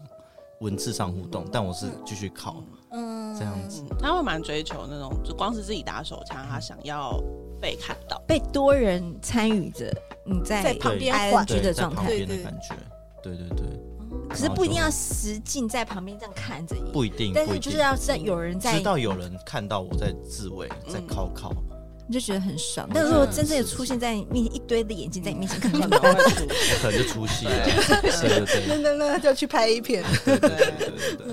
[SPEAKER 3] 文字上互动，但我是继续考、
[SPEAKER 6] 嗯
[SPEAKER 3] 这样子，
[SPEAKER 1] 嗯他会蛮追求那种，就光是自己打手枪，他想要被看到。
[SPEAKER 2] 被多人参与着，你在
[SPEAKER 6] 在旁边缓
[SPEAKER 2] ING 嗯的
[SPEAKER 3] 在
[SPEAKER 2] 状
[SPEAKER 3] 旁
[SPEAKER 2] 态，
[SPEAKER 6] 对
[SPEAKER 3] 边的
[SPEAKER 6] 对
[SPEAKER 3] 感觉，对对对，
[SPEAKER 2] 可是不一定要实境在旁边这样看着你，
[SPEAKER 3] 不一定，
[SPEAKER 2] 但
[SPEAKER 3] 不
[SPEAKER 2] 是
[SPEAKER 3] 一
[SPEAKER 2] 就
[SPEAKER 3] 定
[SPEAKER 2] 是要在有人在，
[SPEAKER 3] 直到有人看到我在自慰，在靠靠，
[SPEAKER 2] 你就觉得很爽。
[SPEAKER 3] 嗯
[SPEAKER 2] 但如果真正有出现在你面前一堆的眼睛在你面前看
[SPEAKER 1] 可
[SPEAKER 2] 到
[SPEAKER 1] 能
[SPEAKER 2] 你，
[SPEAKER 1] 会出
[SPEAKER 3] 我可能就出戏了，
[SPEAKER 1] 嗯
[SPEAKER 3] 对对
[SPEAKER 6] 那
[SPEAKER 3] 对
[SPEAKER 6] 那那就去拍一片。
[SPEAKER 3] 对对对对对对，对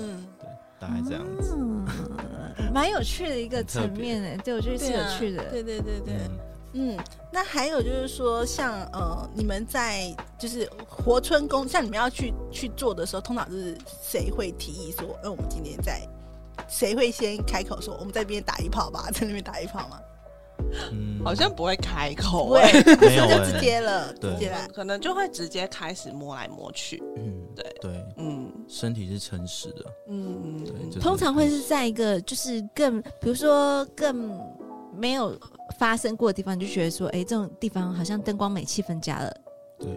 [SPEAKER 3] 大概这样子。
[SPEAKER 2] 嗯，蛮有趣的一个层面诶，对我觉得是
[SPEAKER 6] 对啊
[SPEAKER 2] 有趣的。
[SPEAKER 6] 对对对对，
[SPEAKER 3] 嗯
[SPEAKER 6] 嗯，那还有就是说，像呃，你们在就是活春宫，像你们要去去做的时候，通常是谁会提议说，哎、我们今天在，谁会先开口说，我们在这边打一炮吧， 在那边打一炮吗？
[SPEAKER 3] 嗯
[SPEAKER 1] 好像不会开口、
[SPEAKER 6] 会
[SPEAKER 1] 欸，，
[SPEAKER 6] 所
[SPEAKER 3] 没
[SPEAKER 6] 以
[SPEAKER 3] 有
[SPEAKER 6] 就
[SPEAKER 3] 欸
[SPEAKER 6] 直接了，
[SPEAKER 3] 对
[SPEAKER 6] 直接来。
[SPEAKER 1] 可能就会直接开始摸来摸去。
[SPEAKER 3] 嗯
[SPEAKER 1] 对
[SPEAKER 3] 对，
[SPEAKER 1] 嗯
[SPEAKER 3] 身体是诚实的，
[SPEAKER 1] 嗯，
[SPEAKER 3] 对，
[SPEAKER 1] 嗯
[SPEAKER 3] 就是
[SPEAKER 2] 通常会是在一个就是更，比如说更没有发生过的地方，你就觉得说，哎、这种地方好像灯光美，气氛佳了。
[SPEAKER 3] 对。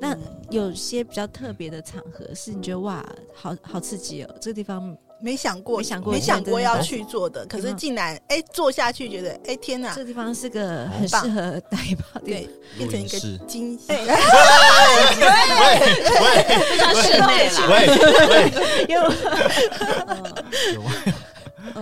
[SPEAKER 2] 那有些比较特别的场合，是你觉得哇，好好刺激哦，这个地方，
[SPEAKER 6] 没想过，
[SPEAKER 2] 没想过会
[SPEAKER 6] 要
[SPEAKER 2] 真的
[SPEAKER 6] 去做的，可是
[SPEAKER 2] 嗯
[SPEAKER 6] 竟然哎做下去，觉得哎天哪
[SPEAKER 2] 这，个地方是个
[SPEAKER 3] 好
[SPEAKER 2] 很适
[SPEAKER 6] 棒
[SPEAKER 2] 合打一炮的地
[SPEAKER 6] 对
[SPEAKER 2] 方。，
[SPEAKER 6] 变成一
[SPEAKER 3] 录音
[SPEAKER 6] 个
[SPEAKER 3] 室
[SPEAKER 6] 惊喜。哎
[SPEAKER 1] 比较室内啦。
[SPEAKER 3] 喂喂，
[SPEAKER 2] 因 为
[SPEAKER 3] 有吗
[SPEAKER 1] 嗯，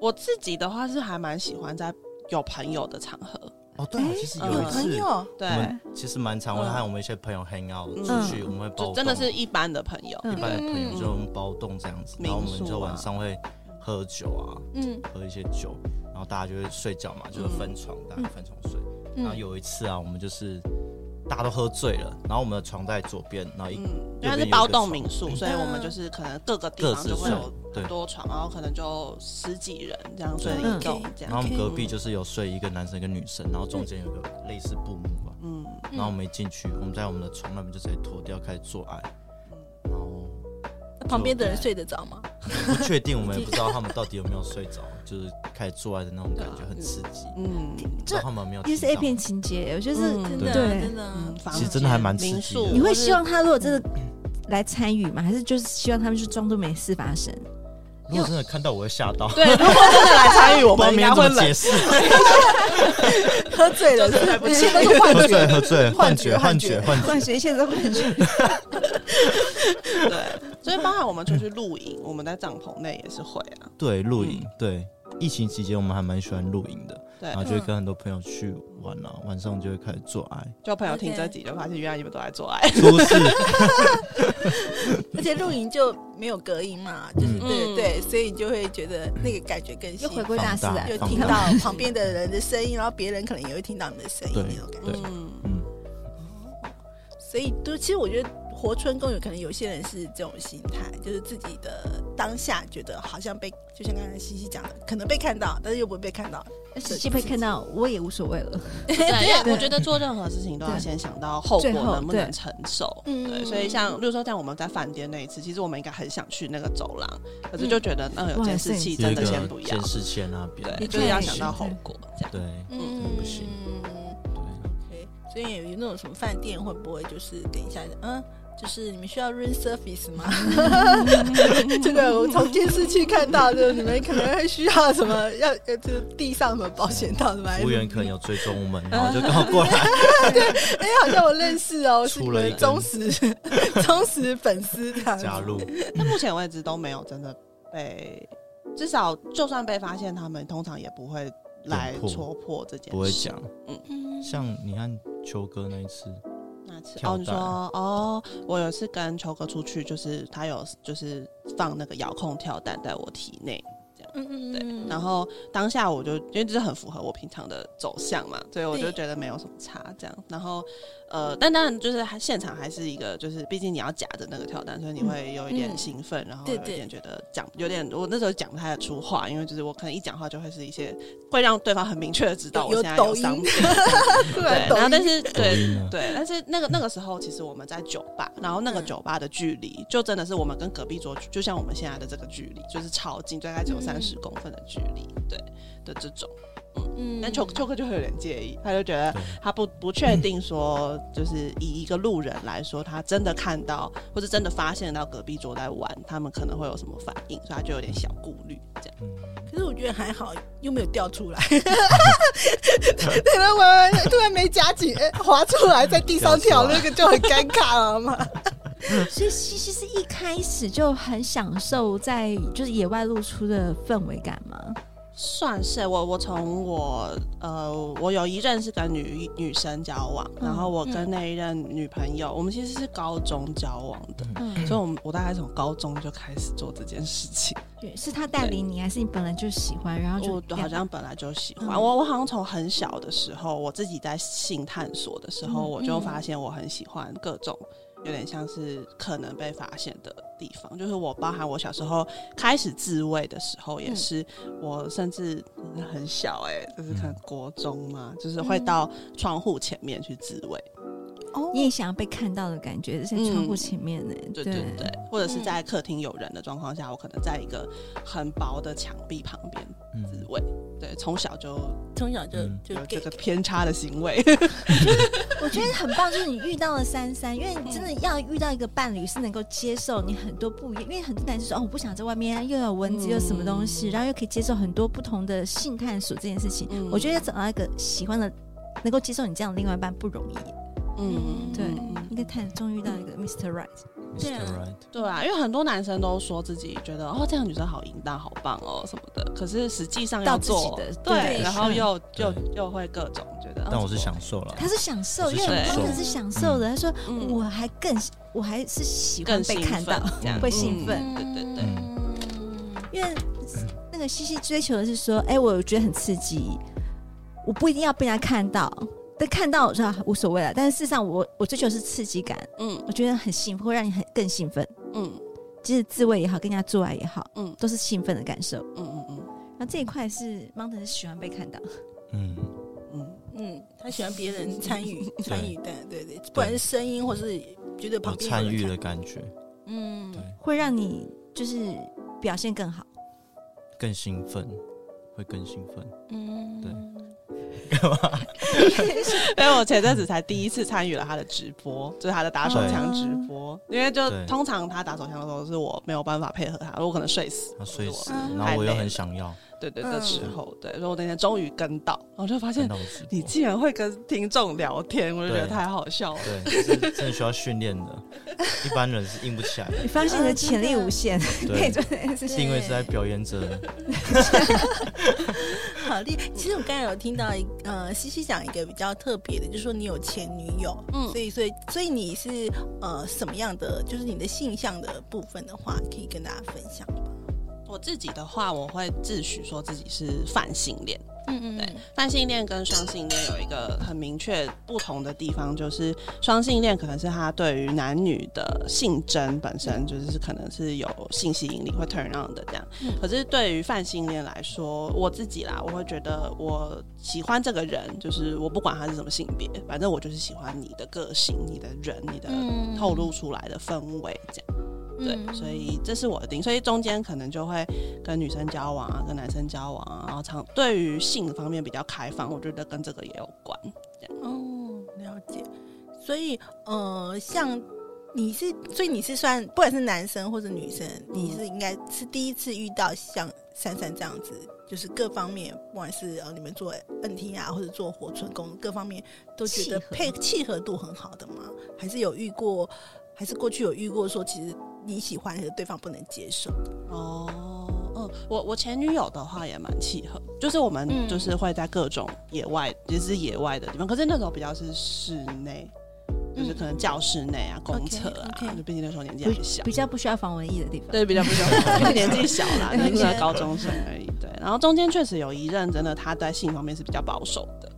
[SPEAKER 1] 我自己的话是还蛮喜欢在有朋友的场合，
[SPEAKER 3] 哦，对啊，其实有
[SPEAKER 1] 有
[SPEAKER 3] 一
[SPEAKER 6] 朋
[SPEAKER 3] 次，
[SPEAKER 6] 友，
[SPEAKER 1] 对
[SPEAKER 3] 我，们其实蛮常会
[SPEAKER 1] 嗯
[SPEAKER 3] 和我们一些朋友 hang out
[SPEAKER 1] 嗯
[SPEAKER 3] 出去，我们会包
[SPEAKER 1] 就真的
[SPEAKER 3] 栋
[SPEAKER 1] 是一般的朋友。
[SPEAKER 2] 嗯
[SPEAKER 3] 一般的朋友
[SPEAKER 1] 嗯
[SPEAKER 3] 就用包栋这样子，然后我
[SPEAKER 1] 民
[SPEAKER 3] 们
[SPEAKER 1] 宿
[SPEAKER 3] 就晚
[SPEAKER 1] 啊
[SPEAKER 3] 上会喝酒啊，
[SPEAKER 6] 嗯
[SPEAKER 3] 喝一些酒，然后大家就会睡觉嘛，就是分床，大家分床睡。然后
[SPEAKER 6] 嗯，
[SPEAKER 3] 有一次啊，我们就是大家都喝醉了，然后我们的床在左边，然后一
[SPEAKER 1] 嗯，因为它是包栋民宿，
[SPEAKER 3] 嗯
[SPEAKER 1] 所以我们就是可能各个地
[SPEAKER 3] 各
[SPEAKER 1] 方
[SPEAKER 3] 自
[SPEAKER 1] 就会
[SPEAKER 3] 睡
[SPEAKER 1] 有，
[SPEAKER 3] 对
[SPEAKER 1] 很。多床，然后可能就十几人这样睡
[SPEAKER 2] 嗯
[SPEAKER 1] 一栋这
[SPEAKER 3] 然后我
[SPEAKER 1] 样。嗯
[SPEAKER 3] 们隔壁就是有睡一个男生一个女生，然后中间有个类似布幕吧，
[SPEAKER 1] 嗯，
[SPEAKER 6] 嗯
[SPEAKER 3] 然后我们一进去，我们在我们的床那边就直接脱掉开始做爱，然后
[SPEAKER 6] 嗯旁边的人睡得着吗？
[SPEAKER 3] 不确定，我们也不知道他们到底有没有睡着，就是开始做爱的那种感觉很刺激。
[SPEAKER 1] 嗯
[SPEAKER 3] 这他们有没有
[SPEAKER 2] 就
[SPEAKER 3] 听
[SPEAKER 2] 是
[SPEAKER 3] 到
[SPEAKER 2] A 片情节，我就是、
[SPEAKER 1] 嗯
[SPEAKER 6] 真的啊
[SPEAKER 2] 对
[SPEAKER 6] 真的，
[SPEAKER 1] 嗯，房
[SPEAKER 3] 其实
[SPEAKER 1] 间
[SPEAKER 3] 真的还蛮刺激的
[SPEAKER 1] 民宿，
[SPEAKER 2] 你会希望他如果真的来参与吗？还是就是希望他们就装作没事发生？
[SPEAKER 3] 如果真的看到，我会吓到。
[SPEAKER 1] 对，如果真的来参与，我
[SPEAKER 3] 不知道
[SPEAKER 1] 们应该
[SPEAKER 3] 明天怎
[SPEAKER 1] 会
[SPEAKER 3] 么解
[SPEAKER 1] 冷。
[SPEAKER 3] 释。
[SPEAKER 6] 喝醉了，对不起， 那是幻
[SPEAKER 3] 喝醉，
[SPEAKER 6] 觉。
[SPEAKER 3] 喝醉，幻觉，幻
[SPEAKER 6] 幻
[SPEAKER 3] 觉，
[SPEAKER 6] 觉
[SPEAKER 3] 幻觉。
[SPEAKER 2] 换学现在换学，
[SPEAKER 1] 对，所以包含我们出去露营，我们在帐篷内也是会啊。
[SPEAKER 3] 对，露营，对。疫情期间，我们还蛮喜欢露营的，
[SPEAKER 1] 对
[SPEAKER 3] 然，后就会跟很多朋友去玩啊，晚上就会开始做 爱，
[SPEAKER 1] 就朋友听这集就发现，原来你们都在做爱。
[SPEAKER 3] 出事，
[SPEAKER 6] 而且露营就没有隔音嘛，就是
[SPEAKER 3] 嗯
[SPEAKER 6] 对对，所以你就会觉得那个感觉更
[SPEAKER 2] 又
[SPEAKER 6] 新。
[SPEAKER 2] 回归大自然
[SPEAKER 3] 放，
[SPEAKER 6] 又
[SPEAKER 3] 大
[SPEAKER 6] 听到旁边的人的声音，然后别人可能也会听到你的声音
[SPEAKER 3] 对
[SPEAKER 6] 那种感觉。
[SPEAKER 3] 对，
[SPEAKER 1] 嗯，
[SPEAKER 3] 嗯，
[SPEAKER 6] 所以都其实我觉得活春宫有可能有些人是这种心态，就是自己的当下觉得好像被，就像刚才西西讲的，可能被看到，但是又不会被看到。
[SPEAKER 2] 实际被看到我也无所谓 了。
[SPEAKER 1] 对，因为
[SPEAKER 2] 对
[SPEAKER 1] 我觉得做任何事情都要
[SPEAKER 2] 对
[SPEAKER 1] 先想到后果
[SPEAKER 2] 最后
[SPEAKER 1] 能不能承受。
[SPEAKER 6] 嗯
[SPEAKER 1] 对，所以像，例如说，像我们在饭店那一次，其实我们应该很想去那个走廊，可是就
[SPEAKER 3] 嗯
[SPEAKER 1] 觉得那有监视器，
[SPEAKER 3] 有
[SPEAKER 1] 真
[SPEAKER 3] 一
[SPEAKER 1] 的先不
[SPEAKER 3] 个
[SPEAKER 1] 要
[SPEAKER 3] 监。视器在那边，
[SPEAKER 1] 对，就是要想到后果，这样。
[SPEAKER 3] 对，
[SPEAKER 6] 嗯
[SPEAKER 3] 不行对，
[SPEAKER 6] OK，所以有那种什么饭店会不会就是等一下，嗯，就是你们需要 room service 吗？这个我从监视器看到，就是你们可能会需要什么，要呃，就是地上什么保险套什么。
[SPEAKER 3] 服务员可能有追踪 我们，然后就刚好过来，
[SPEAKER 6] 哎、好像我认识哦，是你
[SPEAKER 3] 出了一
[SPEAKER 6] 们
[SPEAKER 3] 根
[SPEAKER 6] 忠实忠实粉丝这样子。
[SPEAKER 3] 加入，
[SPEAKER 1] 但目前为止都没有真的被，至少就算被发现，他们通常也不会来
[SPEAKER 3] 点破
[SPEAKER 1] 戳破这件
[SPEAKER 3] 不会
[SPEAKER 1] 事。
[SPEAKER 3] 讲。
[SPEAKER 6] 嗯
[SPEAKER 3] 像你看秋哥那一次，
[SPEAKER 1] 那次
[SPEAKER 3] 跳
[SPEAKER 1] 哦，你
[SPEAKER 3] 带
[SPEAKER 1] 说哦，我有一次跟球哥出去，就是他有就是放那个遥控跳蛋在我体内，
[SPEAKER 6] 嗯嗯，
[SPEAKER 1] 对
[SPEAKER 6] 嗯
[SPEAKER 1] 然后当下我就因为这是很符合我平常的走向嘛，所以我就
[SPEAKER 6] 对
[SPEAKER 1] 觉得没有什么差这样。然后呃，但当然就是还现场还是一个，就是毕竟你要夹着那个跳蛋，所以你会有一点
[SPEAKER 6] 嗯
[SPEAKER 1] 兴奋，然后有
[SPEAKER 6] 对
[SPEAKER 1] 一
[SPEAKER 6] 对
[SPEAKER 1] 点觉得讲有点我那时候讲不太出话，因为就是我可能一讲话就会是一些会让对方很明确的知道我
[SPEAKER 6] 有
[SPEAKER 1] 现在
[SPEAKER 6] 抖
[SPEAKER 1] 有
[SPEAKER 6] 音
[SPEAKER 1] 伤病。
[SPEAKER 6] 突
[SPEAKER 1] 对
[SPEAKER 6] 然，抖
[SPEAKER 1] 然后但
[SPEAKER 6] 音
[SPEAKER 1] 是
[SPEAKER 3] 抖
[SPEAKER 1] 对
[SPEAKER 3] 音呢
[SPEAKER 1] 对，但是那个那个时候，其实我们在酒吧，然后那个
[SPEAKER 6] 嗯
[SPEAKER 1] 酒吧的距离，就真的是我们跟隔壁桌，就像我们现在的这个距离，就是超近，大概只有
[SPEAKER 6] 嗯
[SPEAKER 1] 三十公分的距离，对的这种。
[SPEAKER 2] 嗯
[SPEAKER 1] 但秋秋哥就会有点介意，他就觉得他不不确定说，就是以一个路人来说，他真的看到或者真的发现到隔壁桌在玩，他们可能会有什么反应，所以他就有点小顾虑这样。
[SPEAKER 6] 可是我觉得还好，又没有掉出来。 对了，我突然没夹紧，哎滑出来在地上跳，那个就很尴尬了嘛。
[SPEAKER 2] 所以其实是一开始就很享受在就是野外露出的氛围感嘛。
[SPEAKER 1] 算是我，我从我呃，我有一任是跟女女生交往，
[SPEAKER 2] 嗯
[SPEAKER 1] 然后我跟那一任女朋友，我们其实是高中交往的，
[SPEAKER 2] 嗯，
[SPEAKER 1] 所以我们我大概从高中就开始做这件事情。
[SPEAKER 2] 对，是他带领你，还是你本来就喜欢，然后就
[SPEAKER 1] 哦我好像本来就喜欢、
[SPEAKER 2] 嗯
[SPEAKER 1] 我，我好像从很小的时候，我自己在性探索的时候，
[SPEAKER 2] 嗯
[SPEAKER 1] 我就发现我很喜欢各种有点像是可能被发现的地方，就是我包含我小时候开始自慰的时候，
[SPEAKER 2] 嗯
[SPEAKER 1] 也是、我甚至很小哎、就是可能国中嘛，就是
[SPEAKER 2] 嗯
[SPEAKER 1] 会到窗户前面去自慰，
[SPEAKER 6] 哦
[SPEAKER 2] 你也想要被看到的感觉，在窗户前面呢、
[SPEAKER 1] 嗯对对对，或者
[SPEAKER 2] 嗯
[SPEAKER 1] 是在客厅有人的状况下，我可能在一个很薄的墙壁旁边自
[SPEAKER 3] 嗯，
[SPEAKER 1] 慰，对，从小就
[SPEAKER 6] 从小就
[SPEAKER 3] 嗯
[SPEAKER 6] 就
[SPEAKER 1] 有
[SPEAKER 6] 给
[SPEAKER 1] 这个偏差的行为。
[SPEAKER 2] 我觉得很棒，就是你遇到了三三，因为你真的要遇到一个伴侣是能够接受你很多不一样，因为很多男生说哦，我不想在外面又有蚊子又有什么东西，然后又可以接受很多不同的性探索这件事情，
[SPEAKER 1] 嗯
[SPEAKER 2] 我觉得要找到一个喜欢的。能够接受你这样的另外一半不容易，
[SPEAKER 1] 嗯，
[SPEAKER 2] 对
[SPEAKER 1] 嗯，
[SPEAKER 2] 应该太终于遇到一个 Mr. Right，
[SPEAKER 6] 对啊
[SPEAKER 3] Mr. Right，
[SPEAKER 1] 对啊，因为很多男生都说自己觉得哦，这样女生好淫荡、好棒哦什么的，可是实际上要
[SPEAKER 2] 到自己
[SPEAKER 1] 做
[SPEAKER 2] 的
[SPEAKER 1] 对，
[SPEAKER 2] 对嗯
[SPEAKER 1] 然后
[SPEAKER 2] 是
[SPEAKER 1] 又又
[SPEAKER 3] 对
[SPEAKER 1] 又会各种觉得。哦
[SPEAKER 3] 但我是，享受了，
[SPEAKER 2] 他是享受，
[SPEAKER 3] 我
[SPEAKER 2] 因
[SPEAKER 3] 是
[SPEAKER 2] 为
[SPEAKER 1] 享受
[SPEAKER 2] 妈妈是享受的。他说
[SPEAKER 1] 怎么嗯
[SPEAKER 2] 我还更，我还是喜欢
[SPEAKER 1] 更
[SPEAKER 2] 被
[SPEAKER 1] 兴
[SPEAKER 2] 看到
[SPEAKER 1] 奋 这样，
[SPEAKER 2] 会兴奋。
[SPEAKER 1] 嗯对对对，
[SPEAKER 3] 嗯
[SPEAKER 2] 因为那个西西追求的是说，哎、我觉得很刺激，我不一定要被人家看到，但看到我说啊无所谓了。但是事实上我，我追求的是刺激感，
[SPEAKER 1] 嗯
[SPEAKER 2] 我觉得很兴奋，会让你很更兴奋，
[SPEAKER 1] 嗯
[SPEAKER 2] 即使自慰也好，跟人家做爱也好，
[SPEAKER 1] 嗯
[SPEAKER 2] 都是兴奋的感受。
[SPEAKER 1] 嗯嗯嗯
[SPEAKER 2] 然后这一块是 Mountain 是喜欢被看到，
[SPEAKER 3] 嗯，
[SPEAKER 1] 嗯，
[SPEAKER 6] 嗯，他喜欢别 人参与参与的，对对，不管是声音或是觉得
[SPEAKER 3] 有
[SPEAKER 6] 旁边有人
[SPEAKER 3] 参与
[SPEAKER 6] 看
[SPEAKER 3] 的，感觉，
[SPEAKER 6] 嗯
[SPEAKER 3] 对，
[SPEAKER 2] 会让你就是表现更好。
[SPEAKER 3] 更兴奋，会更兴奋。
[SPEAKER 6] 嗯，
[SPEAKER 3] 对
[SPEAKER 1] 因为我前阵子才第一次参与了他的直播，就是他的打手
[SPEAKER 2] 哦
[SPEAKER 1] 枪直播，因为就
[SPEAKER 3] 对
[SPEAKER 1] 通常他打手枪的时候是我没有办法配合他，我可能睡死，
[SPEAKER 3] 他睡
[SPEAKER 1] 或
[SPEAKER 3] 死，
[SPEAKER 1] 者我
[SPEAKER 3] 然后我又很想要
[SPEAKER 1] 对对
[SPEAKER 6] 嗯
[SPEAKER 1] 的时候，对，所以我那天终于跟到，然后就发
[SPEAKER 3] 看
[SPEAKER 1] 现
[SPEAKER 3] 到我直播
[SPEAKER 1] 你竟然会跟听众聊天，我就觉得
[SPEAKER 3] 对
[SPEAKER 1] 太好笑了。
[SPEAKER 3] 对，这是真的需要训练的，一般人是硬不起来的。
[SPEAKER 2] 你发现你嗯的潜力
[SPEAKER 6] 真的
[SPEAKER 2] 无限，可 以
[SPEAKER 3] 对
[SPEAKER 2] 做，这件事情。
[SPEAKER 3] 是因为是在表演者，
[SPEAKER 6] 好厉害！其实我刚才有听到一呃，西西讲一个比较特别的，就是说你有前女友，嗯，所以所以所以你是呃什么样的？就是你的性向的部分的话，可以跟大家分享吗。
[SPEAKER 1] 我自己的话，我会自诩说自己是泛性恋。
[SPEAKER 6] 嗯嗯，对，
[SPEAKER 1] 泛性恋跟双性恋有一个很明确不同的地方，就是双性恋可能是他对于男女的性征本身就是可能是有性吸引力会 turn on 的这样。可是对于泛性恋来说，我自己啦，我会觉得我喜欢这个人，就是我不管他是什么性别，反正我就是喜欢你的个性、你的人、你的
[SPEAKER 6] 嗯
[SPEAKER 1] 透露出来的氛围这样。对，所以这是我的定，所以中间可能就会跟女生交往啊，跟男生交往啊，然后常对于性方面比较开放，我觉得跟这个也有关。
[SPEAKER 6] 哦，了解。所以呃，像你是，所以你是算不管是男生或者女生，你是应该是第一次遇到像珊珊这样子，就是各方面，不管是呃你们做 NT 啊，或者做活春宫，各方面都觉得
[SPEAKER 2] 契合
[SPEAKER 6] 配契合度很好的吗？还是有遇过？还是过去有遇过说，其实你喜欢，可是对方不能接受。
[SPEAKER 1] 哦，嗯，我我前女友的话也蛮契合，就是我们
[SPEAKER 6] 嗯
[SPEAKER 1] 就是会在各种野外，也是野外的地方，可是那种比较是室内，就是可能教室内啊、公厕啊
[SPEAKER 6] OK，OK
[SPEAKER 1] 就毕竟那时候年纪
[SPEAKER 2] 不
[SPEAKER 1] 还小，
[SPEAKER 2] 比较不需要防蚊液的地方。
[SPEAKER 1] 对，比较 不小，因为年纪小啦，就是个高中生而已。对，然后中间确实有一任真的他在性方面是比较保守的，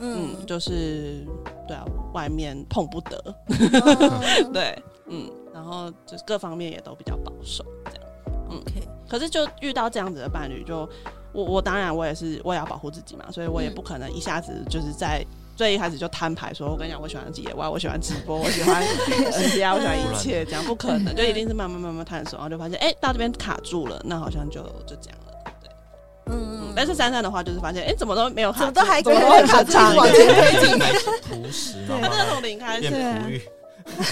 [SPEAKER 1] 嗯，就是对啊，外面碰不得，
[SPEAKER 6] 哦
[SPEAKER 1] 对，嗯，然后就是各方面也都比较保守这样。嗯
[SPEAKER 6] ，OK，
[SPEAKER 1] 可是就遇到这样子的伴侣就，我我当然我也是我也要保护自己嘛，所以我
[SPEAKER 6] 嗯
[SPEAKER 1] 也不可能一下子就是在。最一开始就摊牌说，我跟你讲，我喜欢野外，我喜欢直播，我喜 欢 NCR，我喜欢一切，这样不可
[SPEAKER 6] 嗯
[SPEAKER 1] 能，就一定是慢慢慢慢探索，然后就发现，哎、到这边卡住了，那好像就就这样了，
[SPEAKER 6] 嗯，
[SPEAKER 1] 但是珊珊的话就是发现，哎、怎么都没有卡
[SPEAKER 6] 怎
[SPEAKER 1] 住，
[SPEAKER 6] 么都还可
[SPEAKER 1] 怎
[SPEAKER 6] 以
[SPEAKER 1] 么都会卡
[SPEAKER 6] 卡自
[SPEAKER 1] 住
[SPEAKER 6] 己往前推进。
[SPEAKER 3] 朴实，
[SPEAKER 2] 对
[SPEAKER 3] 然
[SPEAKER 1] 他
[SPEAKER 3] 后
[SPEAKER 1] 真的从零开始
[SPEAKER 3] 变， 璞玉，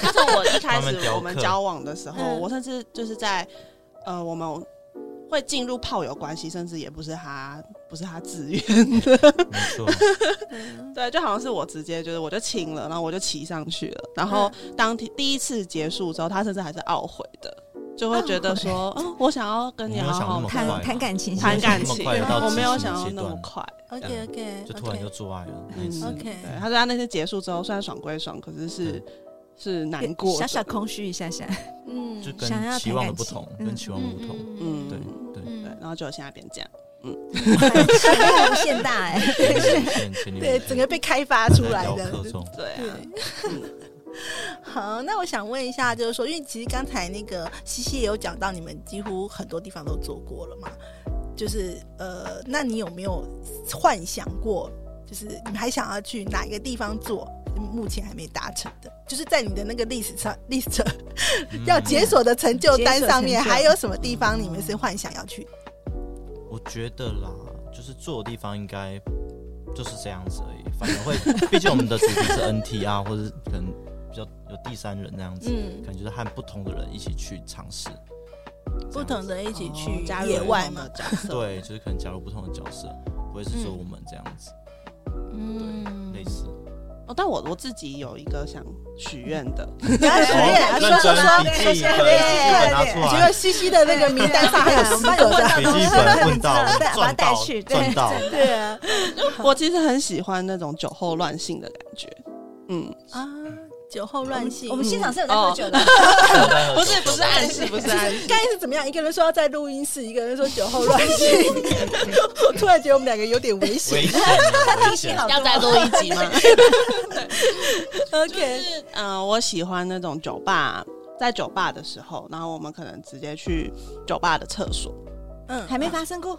[SPEAKER 1] 他从我一开
[SPEAKER 3] 慢慢
[SPEAKER 1] 始
[SPEAKER 3] 雕刻
[SPEAKER 1] 我们交往的时候，
[SPEAKER 2] 嗯
[SPEAKER 1] 我甚至就是在呃，我们会进入炮友关系，甚至也不是他不是他自愿 的，
[SPEAKER 3] 没错，
[SPEAKER 1] 对，就好像是我直接就是我就亲了，然后我就骑上去了，然后
[SPEAKER 2] 嗯
[SPEAKER 1] 当天第一次结束之后，他甚至还是懊悔的，就会觉得说，嗯，我想要跟你
[SPEAKER 3] 你没
[SPEAKER 1] 好
[SPEAKER 3] 有想那
[SPEAKER 1] 好
[SPEAKER 3] 么快
[SPEAKER 2] 谈
[SPEAKER 3] 嘛
[SPEAKER 2] 谈感情，
[SPEAKER 1] 谈 感
[SPEAKER 3] 那么
[SPEAKER 1] 情，
[SPEAKER 3] 快
[SPEAKER 6] 到
[SPEAKER 1] 我没有
[SPEAKER 3] 激情
[SPEAKER 1] 想要
[SPEAKER 3] 阶
[SPEAKER 1] 那么
[SPEAKER 3] 段
[SPEAKER 1] 快。嗯
[SPEAKER 6] OK OK，
[SPEAKER 3] 就突然就做爱了，那一次
[SPEAKER 6] OK
[SPEAKER 1] 对，他说他那次结束之后，虽然爽归爽，可是是是难过的，
[SPEAKER 2] 小小空虚一下下，
[SPEAKER 6] 嗯
[SPEAKER 3] 就
[SPEAKER 2] 想要
[SPEAKER 3] 跟
[SPEAKER 2] 谈
[SPEAKER 3] 期望的
[SPEAKER 2] 感
[SPEAKER 3] 不
[SPEAKER 2] 情
[SPEAKER 3] 同，
[SPEAKER 2] 嗯
[SPEAKER 3] 跟期望的不同，
[SPEAKER 1] 嗯，
[SPEAKER 3] 对对
[SPEAKER 1] 对，然后就现在变这样，
[SPEAKER 2] 无限大 哎、
[SPEAKER 3] 对，前女友
[SPEAKER 6] 对，整个被开发出来
[SPEAKER 3] 在
[SPEAKER 6] 的
[SPEAKER 3] 雕。刻中
[SPEAKER 1] 对啊，
[SPEAKER 6] 好，那我想问一下，就是说，因为其实刚才那个西西也有讲到，你们几乎很多地方都做过了嘛，就是呃，那你有没有幻想过，就是你们还想要去哪一个地方做？目前还没达成的，就是在你的那个历史上历史
[SPEAKER 3] 嗯
[SPEAKER 6] 要解锁的成就单上
[SPEAKER 2] 解锁
[SPEAKER 6] 面，
[SPEAKER 2] 成就
[SPEAKER 6] 还有什么地方你们是幻想要去？
[SPEAKER 3] 我觉得啦，就是做的地方应该就是这样子而已，反正会，毕竟我们的主题是 NT 啊，或者是可能比较有第三人那样子，
[SPEAKER 6] 嗯
[SPEAKER 3] 可能就是和不同的人一起去尝试，
[SPEAKER 6] 不同的一起
[SPEAKER 3] 哦
[SPEAKER 6] 去
[SPEAKER 1] 哦加入
[SPEAKER 6] 野外嘛
[SPEAKER 1] 的？角 色，
[SPEAKER 3] 对，就是可能加入不同的角色，不会是说我们这样子，
[SPEAKER 6] 嗯
[SPEAKER 3] 类似。
[SPEAKER 1] 哦，但我我自己有一个想许愿 的，
[SPEAKER 6] 然后
[SPEAKER 3] 哦
[SPEAKER 6] 随便说说说，
[SPEAKER 3] 认真笔记本，笔记本拿出
[SPEAKER 6] 结
[SPEAKER 3] 来
[SPEAKER 6] 果，西西的那个名单上还有十 个的，
[SPEAKER 3] 笔记本问到
[SPEAKER 2] 对 把它
[SPEAKER 3] 赚
[SPEAKER 2] 带
[SPEAKER 3] 到
[SPEAKER 2] 去对
[SPEAKER 3] 赚到，
[SPEAKER 6] 对啊
[SPEAKER 1] 我其实很喜欢那种酒后乱性的感觉，嗯，
[SPEAKER 6] 啊，酒后乱性，
[SPEAKER 2] 我们现场是有在喝酒的，
[SPEAKER 1] 不是不是暗示， 不是暗示，
[SPEAKER 6] 刚才是怎么样？一个人说要在录音室，一个人说酒后 乱性，我突然觉得我们两个有点 危险。
[SPEAKER 3] 危险啊，危
[SPEAKER 2] 提醒
[SPEAKER 3] 险
[SPEAKER 2] 老！
[SPEAKER 7] 要再录一集 吗？
[SPEAKER 6] OK，
[SPEAKER 1] 嗯、我喜欢那种酒吧，在酒吧的时候，然后我们可能直接去酒吧的厕所。
[SPEAKER 6] 嗯，
[SPEAKER 2] 还没发生 过，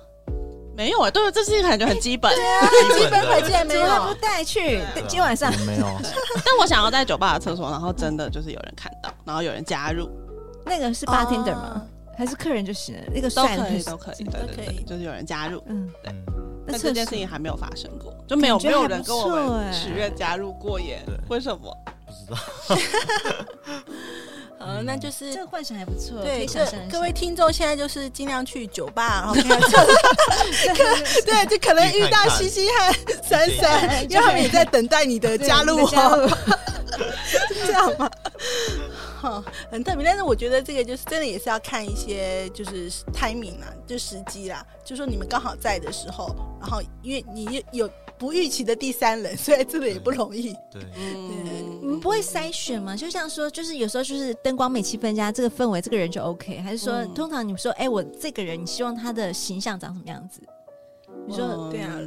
[SPEAKER 1] 没有哎、对，这是感觉很基本。
[SPEAKER 2] 啊
[SPEAKER 3] 基
[SPEAKER 6] 基
[SPEAKER 3] 本
[SPEAKER 6] 本
[SPEAKER 3] 的
[SPEAKER 6] 款竟然没
[SPEAKER 2] 怎么还
[SPEAKER 6] 有
[SPEAKER 2] 不，带去？
[SPEAKER 3] 对啊
[SPEAKER 2] 今晚上
[SPEAKER 3] 我没有，
[SPEAKER 1] 但我想要在酒吧的厕所，然后真的就是有人看到，然后有人加入，
[SPEAKER 2] 那个是 bartender 吗？还是客人就行了？那个
[SPEAKER 1] 都
[SPEAKER 2] 帅
[SPEAKER 1] 可以，
[SPEAKER 2] 的
[SPEAKER 1] 都可以，对对
[SPEAKER 6] 都可以
[SPEAKER 1] 对，就是有人加入。
[SPEAKER 2] 嗯，
[SPEAKER 3] 嗯，
[SPEAKER 2] 那
[SPEAKER 1] 但
[SPEAKER 2] 厕
[SPEAKER 1] 这件事
[SPEAKER 2] 所
[SPEAKER 1] 情还没有发生过，就没有
[SPEAKER 2] 感觉
[SPEAKER 1] 没
[SPEAKER 2] 还
[SPEAKER 1] 有
[SPEAKER 2] 不
[SPEAKER 1] 人跟我
[SPEAKER 2] 错
[SPEAKER 1] 们
[SPEAKER 2] 哎
[SPEAKER 1] 许愿加入过耶
[SPEAKER 3] 对？
[SPEAKER 1] 为什么？
[SPEAKER 3] 不知道。
[SPEAKER 6] 呃，那就是
[SPEAKER 2] 这个幻想还不错，呃可
[SPEAKER 6] 对，
[SPEAKER 2] 以想
[SPEAKER 6] 各
[SPEAKER 2] 象一下
[SPEAKER 6] 各位听众现在就是尽量去酒吧，然后看看 对，就可能遇到西西和珊珊，因为他们也在等待你的加入
[SPEAKER 2] 对加 入
[SPEAKER 6] 哦，这样吗？ 好，很特别，但是我觉得这个就是真的也是要看一些就是 timing 啊，就时机啦，就说你们刚好在的时候，然后因为你有不预期的第三人，所以这个也不容易。
[SPEAKER 3] 对，
[SPEAKER 1] 嗯，
[SPEAKER 2] 你们不会筛选吗？就像说，就是有时候就是灯光美气氛加这个氛围，这个人就 OK，还是说、
[SPEAKER 1] 嗯
[SPEAKER 2] 通常你们说，哎、我这个人，你希望他的形象长什么样子？你说、
[SPEAKER 1] 嗯
[SPEAKER 2] 对啊，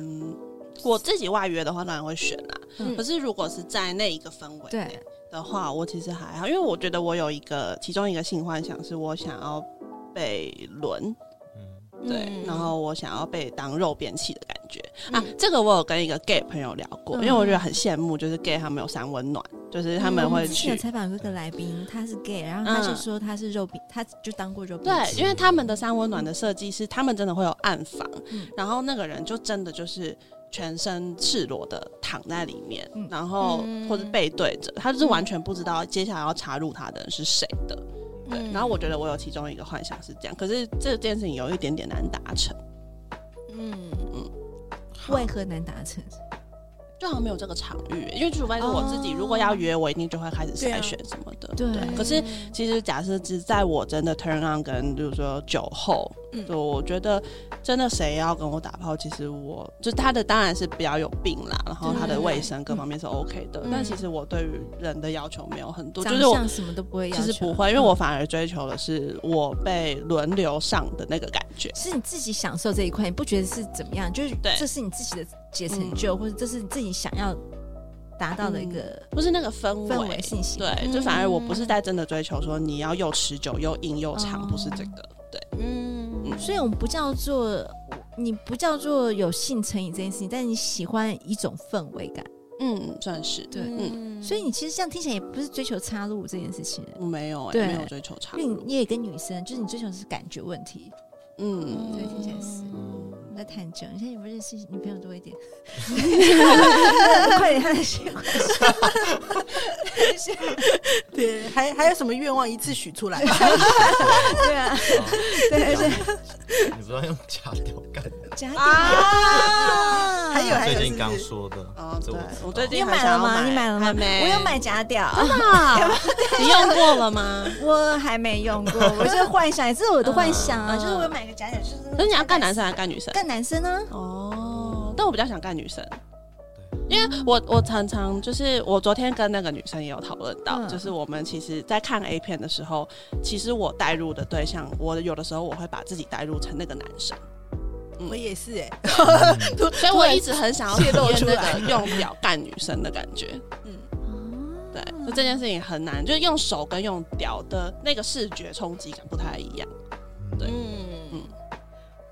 [SPEAKER 1] 我自己外约的话，当然会选啦。
[SPEAKER 2] 嗯
[SPEAKER 1] 可是如果是在那一个氛围
[SPEAKER 2] 对
[SPEAKER 1] 内的话，我其实还好，因为我觉得我有一个其中一个性幻想是我想要被轮，
[SPEAKER 3] 嗯，
[SPEAKER 1] 对，
[SPEAKER 6] 嗯
[SPEAKER 1] 然后我想要被当肉便器的感觉、啊
[SPEAKER 6] 嗯。
[SPEAKER 1] 这个我有跟一个 gay 朋友聊过，
[SPEAKER 2] 嗯
[SPEAKER 1] 因为我觉得很羡慕，就是 gay 他们有三温暖，就是他们
[SPEAKER 2] 我
[SPEAKER 1] 会
[SPEAKER 2] 嗯之前
[SPEAKER 1] 去
[SPEAKER 2] 有。采访过一个来宾，他是 gay，然后他就
[SPEAKER 1] 嗯
[SPEAKER 2] 说他是肉饼，他就当过肉饼。
[SPEAKER 1] 对，因为他们的三温暖的设计是，他们真的会有暗房，
[SPEAKER 2] 嗯
[SPEAKER 1] 然后那个人就真的就是全身赤裸的躺在里面，
[SPEAKER 2] 嗯
[SPEAKER 1] 然后
[SPEAKER 6] 嗯
[SPEAKER 1] 或者背对着，他就是完全不知道接下来要插入他的人是谁的。对，
[SPEAKER 6] 嗯
[SPEAKER 1] 然后我觉得我有其中一个幻想是这样，可是这件事情有一点点难达成，
[SPEAKER 6] 嗯，
[SPEAKER 2] 为何难达成？
[SPEAKER 1] 就好像没有这个场域，因为除非是我自己，
[SPEAKER 2] 哦
[SPEAKER 1] 如果要约，我一定就会开始
[SPEAKER 6] 对啊
[SPEAKER 1] 筛选什么的。
[SPEAKER 2] 对
[SPEAKER 1] 可是其实假设只在我真的 turn on 跟就是说酒后，
[SPEAKER 6] 嗯
[SPEAKER 1] 就我觉得真的谁要跟我打炮，其实我就他的当然是比较有病啦，然后他的卫生各
[SPEAKER 2] 嗯
[SPEAKER 1] 方面是 OK 的，但其实我对于人的要求没有很多，就
[SPEAKER 2] 长
[SPEAKER 1] 是我
[SPEAKER 2] 相什么都不会要
[SPEAKER 1] 其
[SPEAKER 2] 求，嗯
[SPEAKER 1] 实不会，因为我反而追求的是我被轮流上的那个感觉。
[SPEAKER 2] 是你自己享受这一块，你不觉得是怎么样？就是
[SPEAKER 1] 对嗯
[SPEAKER 2] 这是你自己的解成就，或者这是你自己想要达到的一个
[SPEAKER 1] 不是那个氛围，
[SPEAKER 2] 氛围信息。嗯
[SPEAKER 1] 对，就反而我不是在真的追求说你要又持久又硬又长，
[SPEAKER 2] 哦
[SPEAKER 1] 不是这个，对，嗯
[SPEAKER 2] 所以我们不叫做你不叫做有性成瘾这件事情，但你喜欢一种氛围感。
[SPEAKER 1] 嗯，算是，
[SPEAKER 2] 对
[SPEAKER 1] 嗯
[SPEAKER 2] 所以你其实这样听起来也不是追求插入这件事情，
[SPEAKER 1] 我没有哎，
[SPEAKER 2] 对
[SPEAKER 1] 没有追求长
[SPEAKER 2] 因为，你你也跟女生，就是你追求的是感觉问题。
[SPEAKER 1] 嗯，
[SPEAKER 2] 对，听起来是。
[SPEAKER 3] 嗯
[SPEAKER 2] 们在探究，你现在有没有认识女朋友多一点？快点，他的血管
[SPEAKER 6] 对，还还有什么愿望一次许 出来？
[SPEAKER 2] 对啊，对，是
[SPEAKER 3] 你不要用假屌干。
[SPEAKER 2] 假屌。
[SPEAKER 6] 还有还有
[SPEAKER 3] 最
[SPEAKER 6] 是
[SPEAKER 3] 近刚
[SPEAKER 6] 不是？
[SPEAKER 3] 说的，
[SPEAKER 1] 哦
[SPEAKER 3] 这
[SPEAKER 1] 对
[SPEAKER 3] 知
[SPEAKER 1] 我
[SPEAKER 3] 道
[SPEAKER 1] 最
[SPEAKER 2] 你
[SPEAKER 1] 近
[SPEAKER 2] 有
[SPEAKER 1] 还
[SPEAKER 2] 买
[SPEAKER 1] 想
[SPEAKER 2] 了
[SPEAKER 1] 要
[SPEAKER 2] 吗？
[SPEAKER 1] 买
[SPEAKER 2] 你买了吗？
[SPEAKER 1] 还没
[SPEAKER 2] 我有买假 屌，啊
[SPEAKER 1] 你用过了 吗？
[SPEAKER 2] 我还没用 过，我就是幻想，也是我的幻想啊，就是我有买个假屌，就是
[SPEAKER 1] 那你要干男生还是干女生？
[SPEAKER 2] 干男生啊呢？
[SPEAKER 1] 哦，但我比较想干女生，因为我我常常就是我昨天跟那个女生也有讨论到，
[SPEAKER 2] 嗯
[SPEAKER 1] 就是我们其实在看 A 片的时候，其实我带入的对象，我有的时候我会把自己带入成那个男生，
[SPEAKER 6] 我也是哎、
[SPEAKER 1] 所以我一直很想要
[SPEAKER 6] 泄露
[SPEAKER 1] 体验
[SPEAKER 6] 出来
[SPEAKER 1] 那个用表 嗯干女生的感觉。对，就这件事情很难，就是用手跟用屌的那个视觉冲击感不太一样。
[SPEAKER 6] 嗯，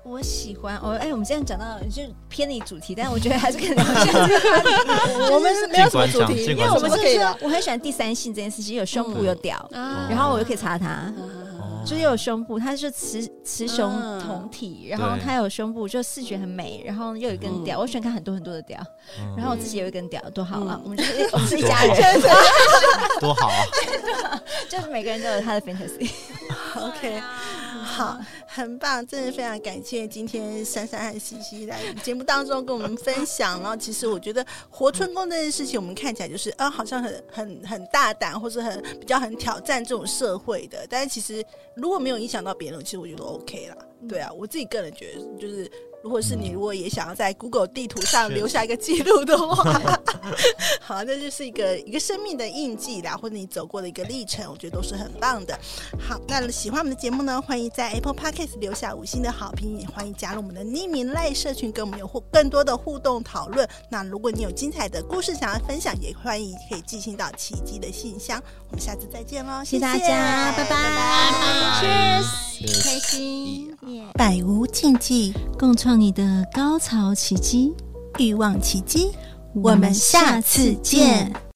[SPEAKER 2] 我喜欢我哎、我们这样讲到就偏离主题，但我觉得还是可以聊一 下这个话题。
[SPEAKER 6] 我嗯们是没有什么主题，
[SPEAKER 2] 因
[SPEAKER 3] 尽管讲尽
[SPEAKER 2] 为
[SPEAKER 3] 管
[SPEAKER 2] 我
[SPEAKER 3] 讲
[SPEAKER 2] 们
[SPEAKER 6] 是
[SPEAKER 2] 就
[SPEAKER 6] 可以
[SPEAKER 2] 是
[SPEAKER 6] 的。
[SPEAKER 2] 啊我很喜欢第三性这件事情，有胸部有屌，
[SPEAKER 1] 啊
[SPEAKER 2] 然后我又可以查它，
[SPEAKER 3] 哦
[SPEAKER 2] 就是有胸部，它是雌雌雄同体，然后
[SPEAKER 3] 对
[SPEAKER 2] 它有胸部，就视觉很美，然后又有一根屌，我喜欢看很多很多的屌，
[SPEAKER 3] 嗯
[SPEAKER 2] 然后我自己有一根屌，多好啊
[SPEAKER 1] 嗯！
[SPEAKER 2] 我们就是我们是一家人，
[SPEAKER 3] 多好啊！
[SPEAKER 2] 就是每个人都有他的 fantasy。
[SPEAKER 6] OK，好，很棒，真的非常感谢今天珊珊和西西来节目当中跟我们分享。然后，其实我觉得活春宫这件事情，我们看起来就是啊、好像很很很大胆，或是很比较很挑战这种社会的。但是其实如果没有影响到别人，其实我觉得 OK 啦。对啊，我自己个人觉得就是。如果是你，如果也想要在 Google 地图上
[SPEAKER 3] 是
[SPEAKER 6] 留下一个记录的话， 好，那就是一个一个生命的印记啦，或者你走过的一个历程，我觉得都是很棒的。好，那喜欢我们的节目呢，欢迎在 Apple Podcast 留下五星的好评，也欢迎加入我们的匿名赖社群，跟我们有互更多的互动讨论。那如果你有精彩的故事想要分享，也欢迎可以寄信到奇迹的信箱。我们下次再见喽，
[SPEAKER 2] 谢谢
[SPEAKER 6] 谢
[SPEAKER 2] 大家，拜
[SPEAKER 6] 拜
[SPEAKER 2] 拜，Cheers，
[SPEAKER 3] 哎 Cheers
[SPEAKER 2] 开心。耶
[SPEAKER 6] 百无禁忌，
[SPEAKER 4] 共创你的高潮奇迹。
[SPEAKER 6] 欲望奇迹，
[SPEAKER 4] 我们下次见。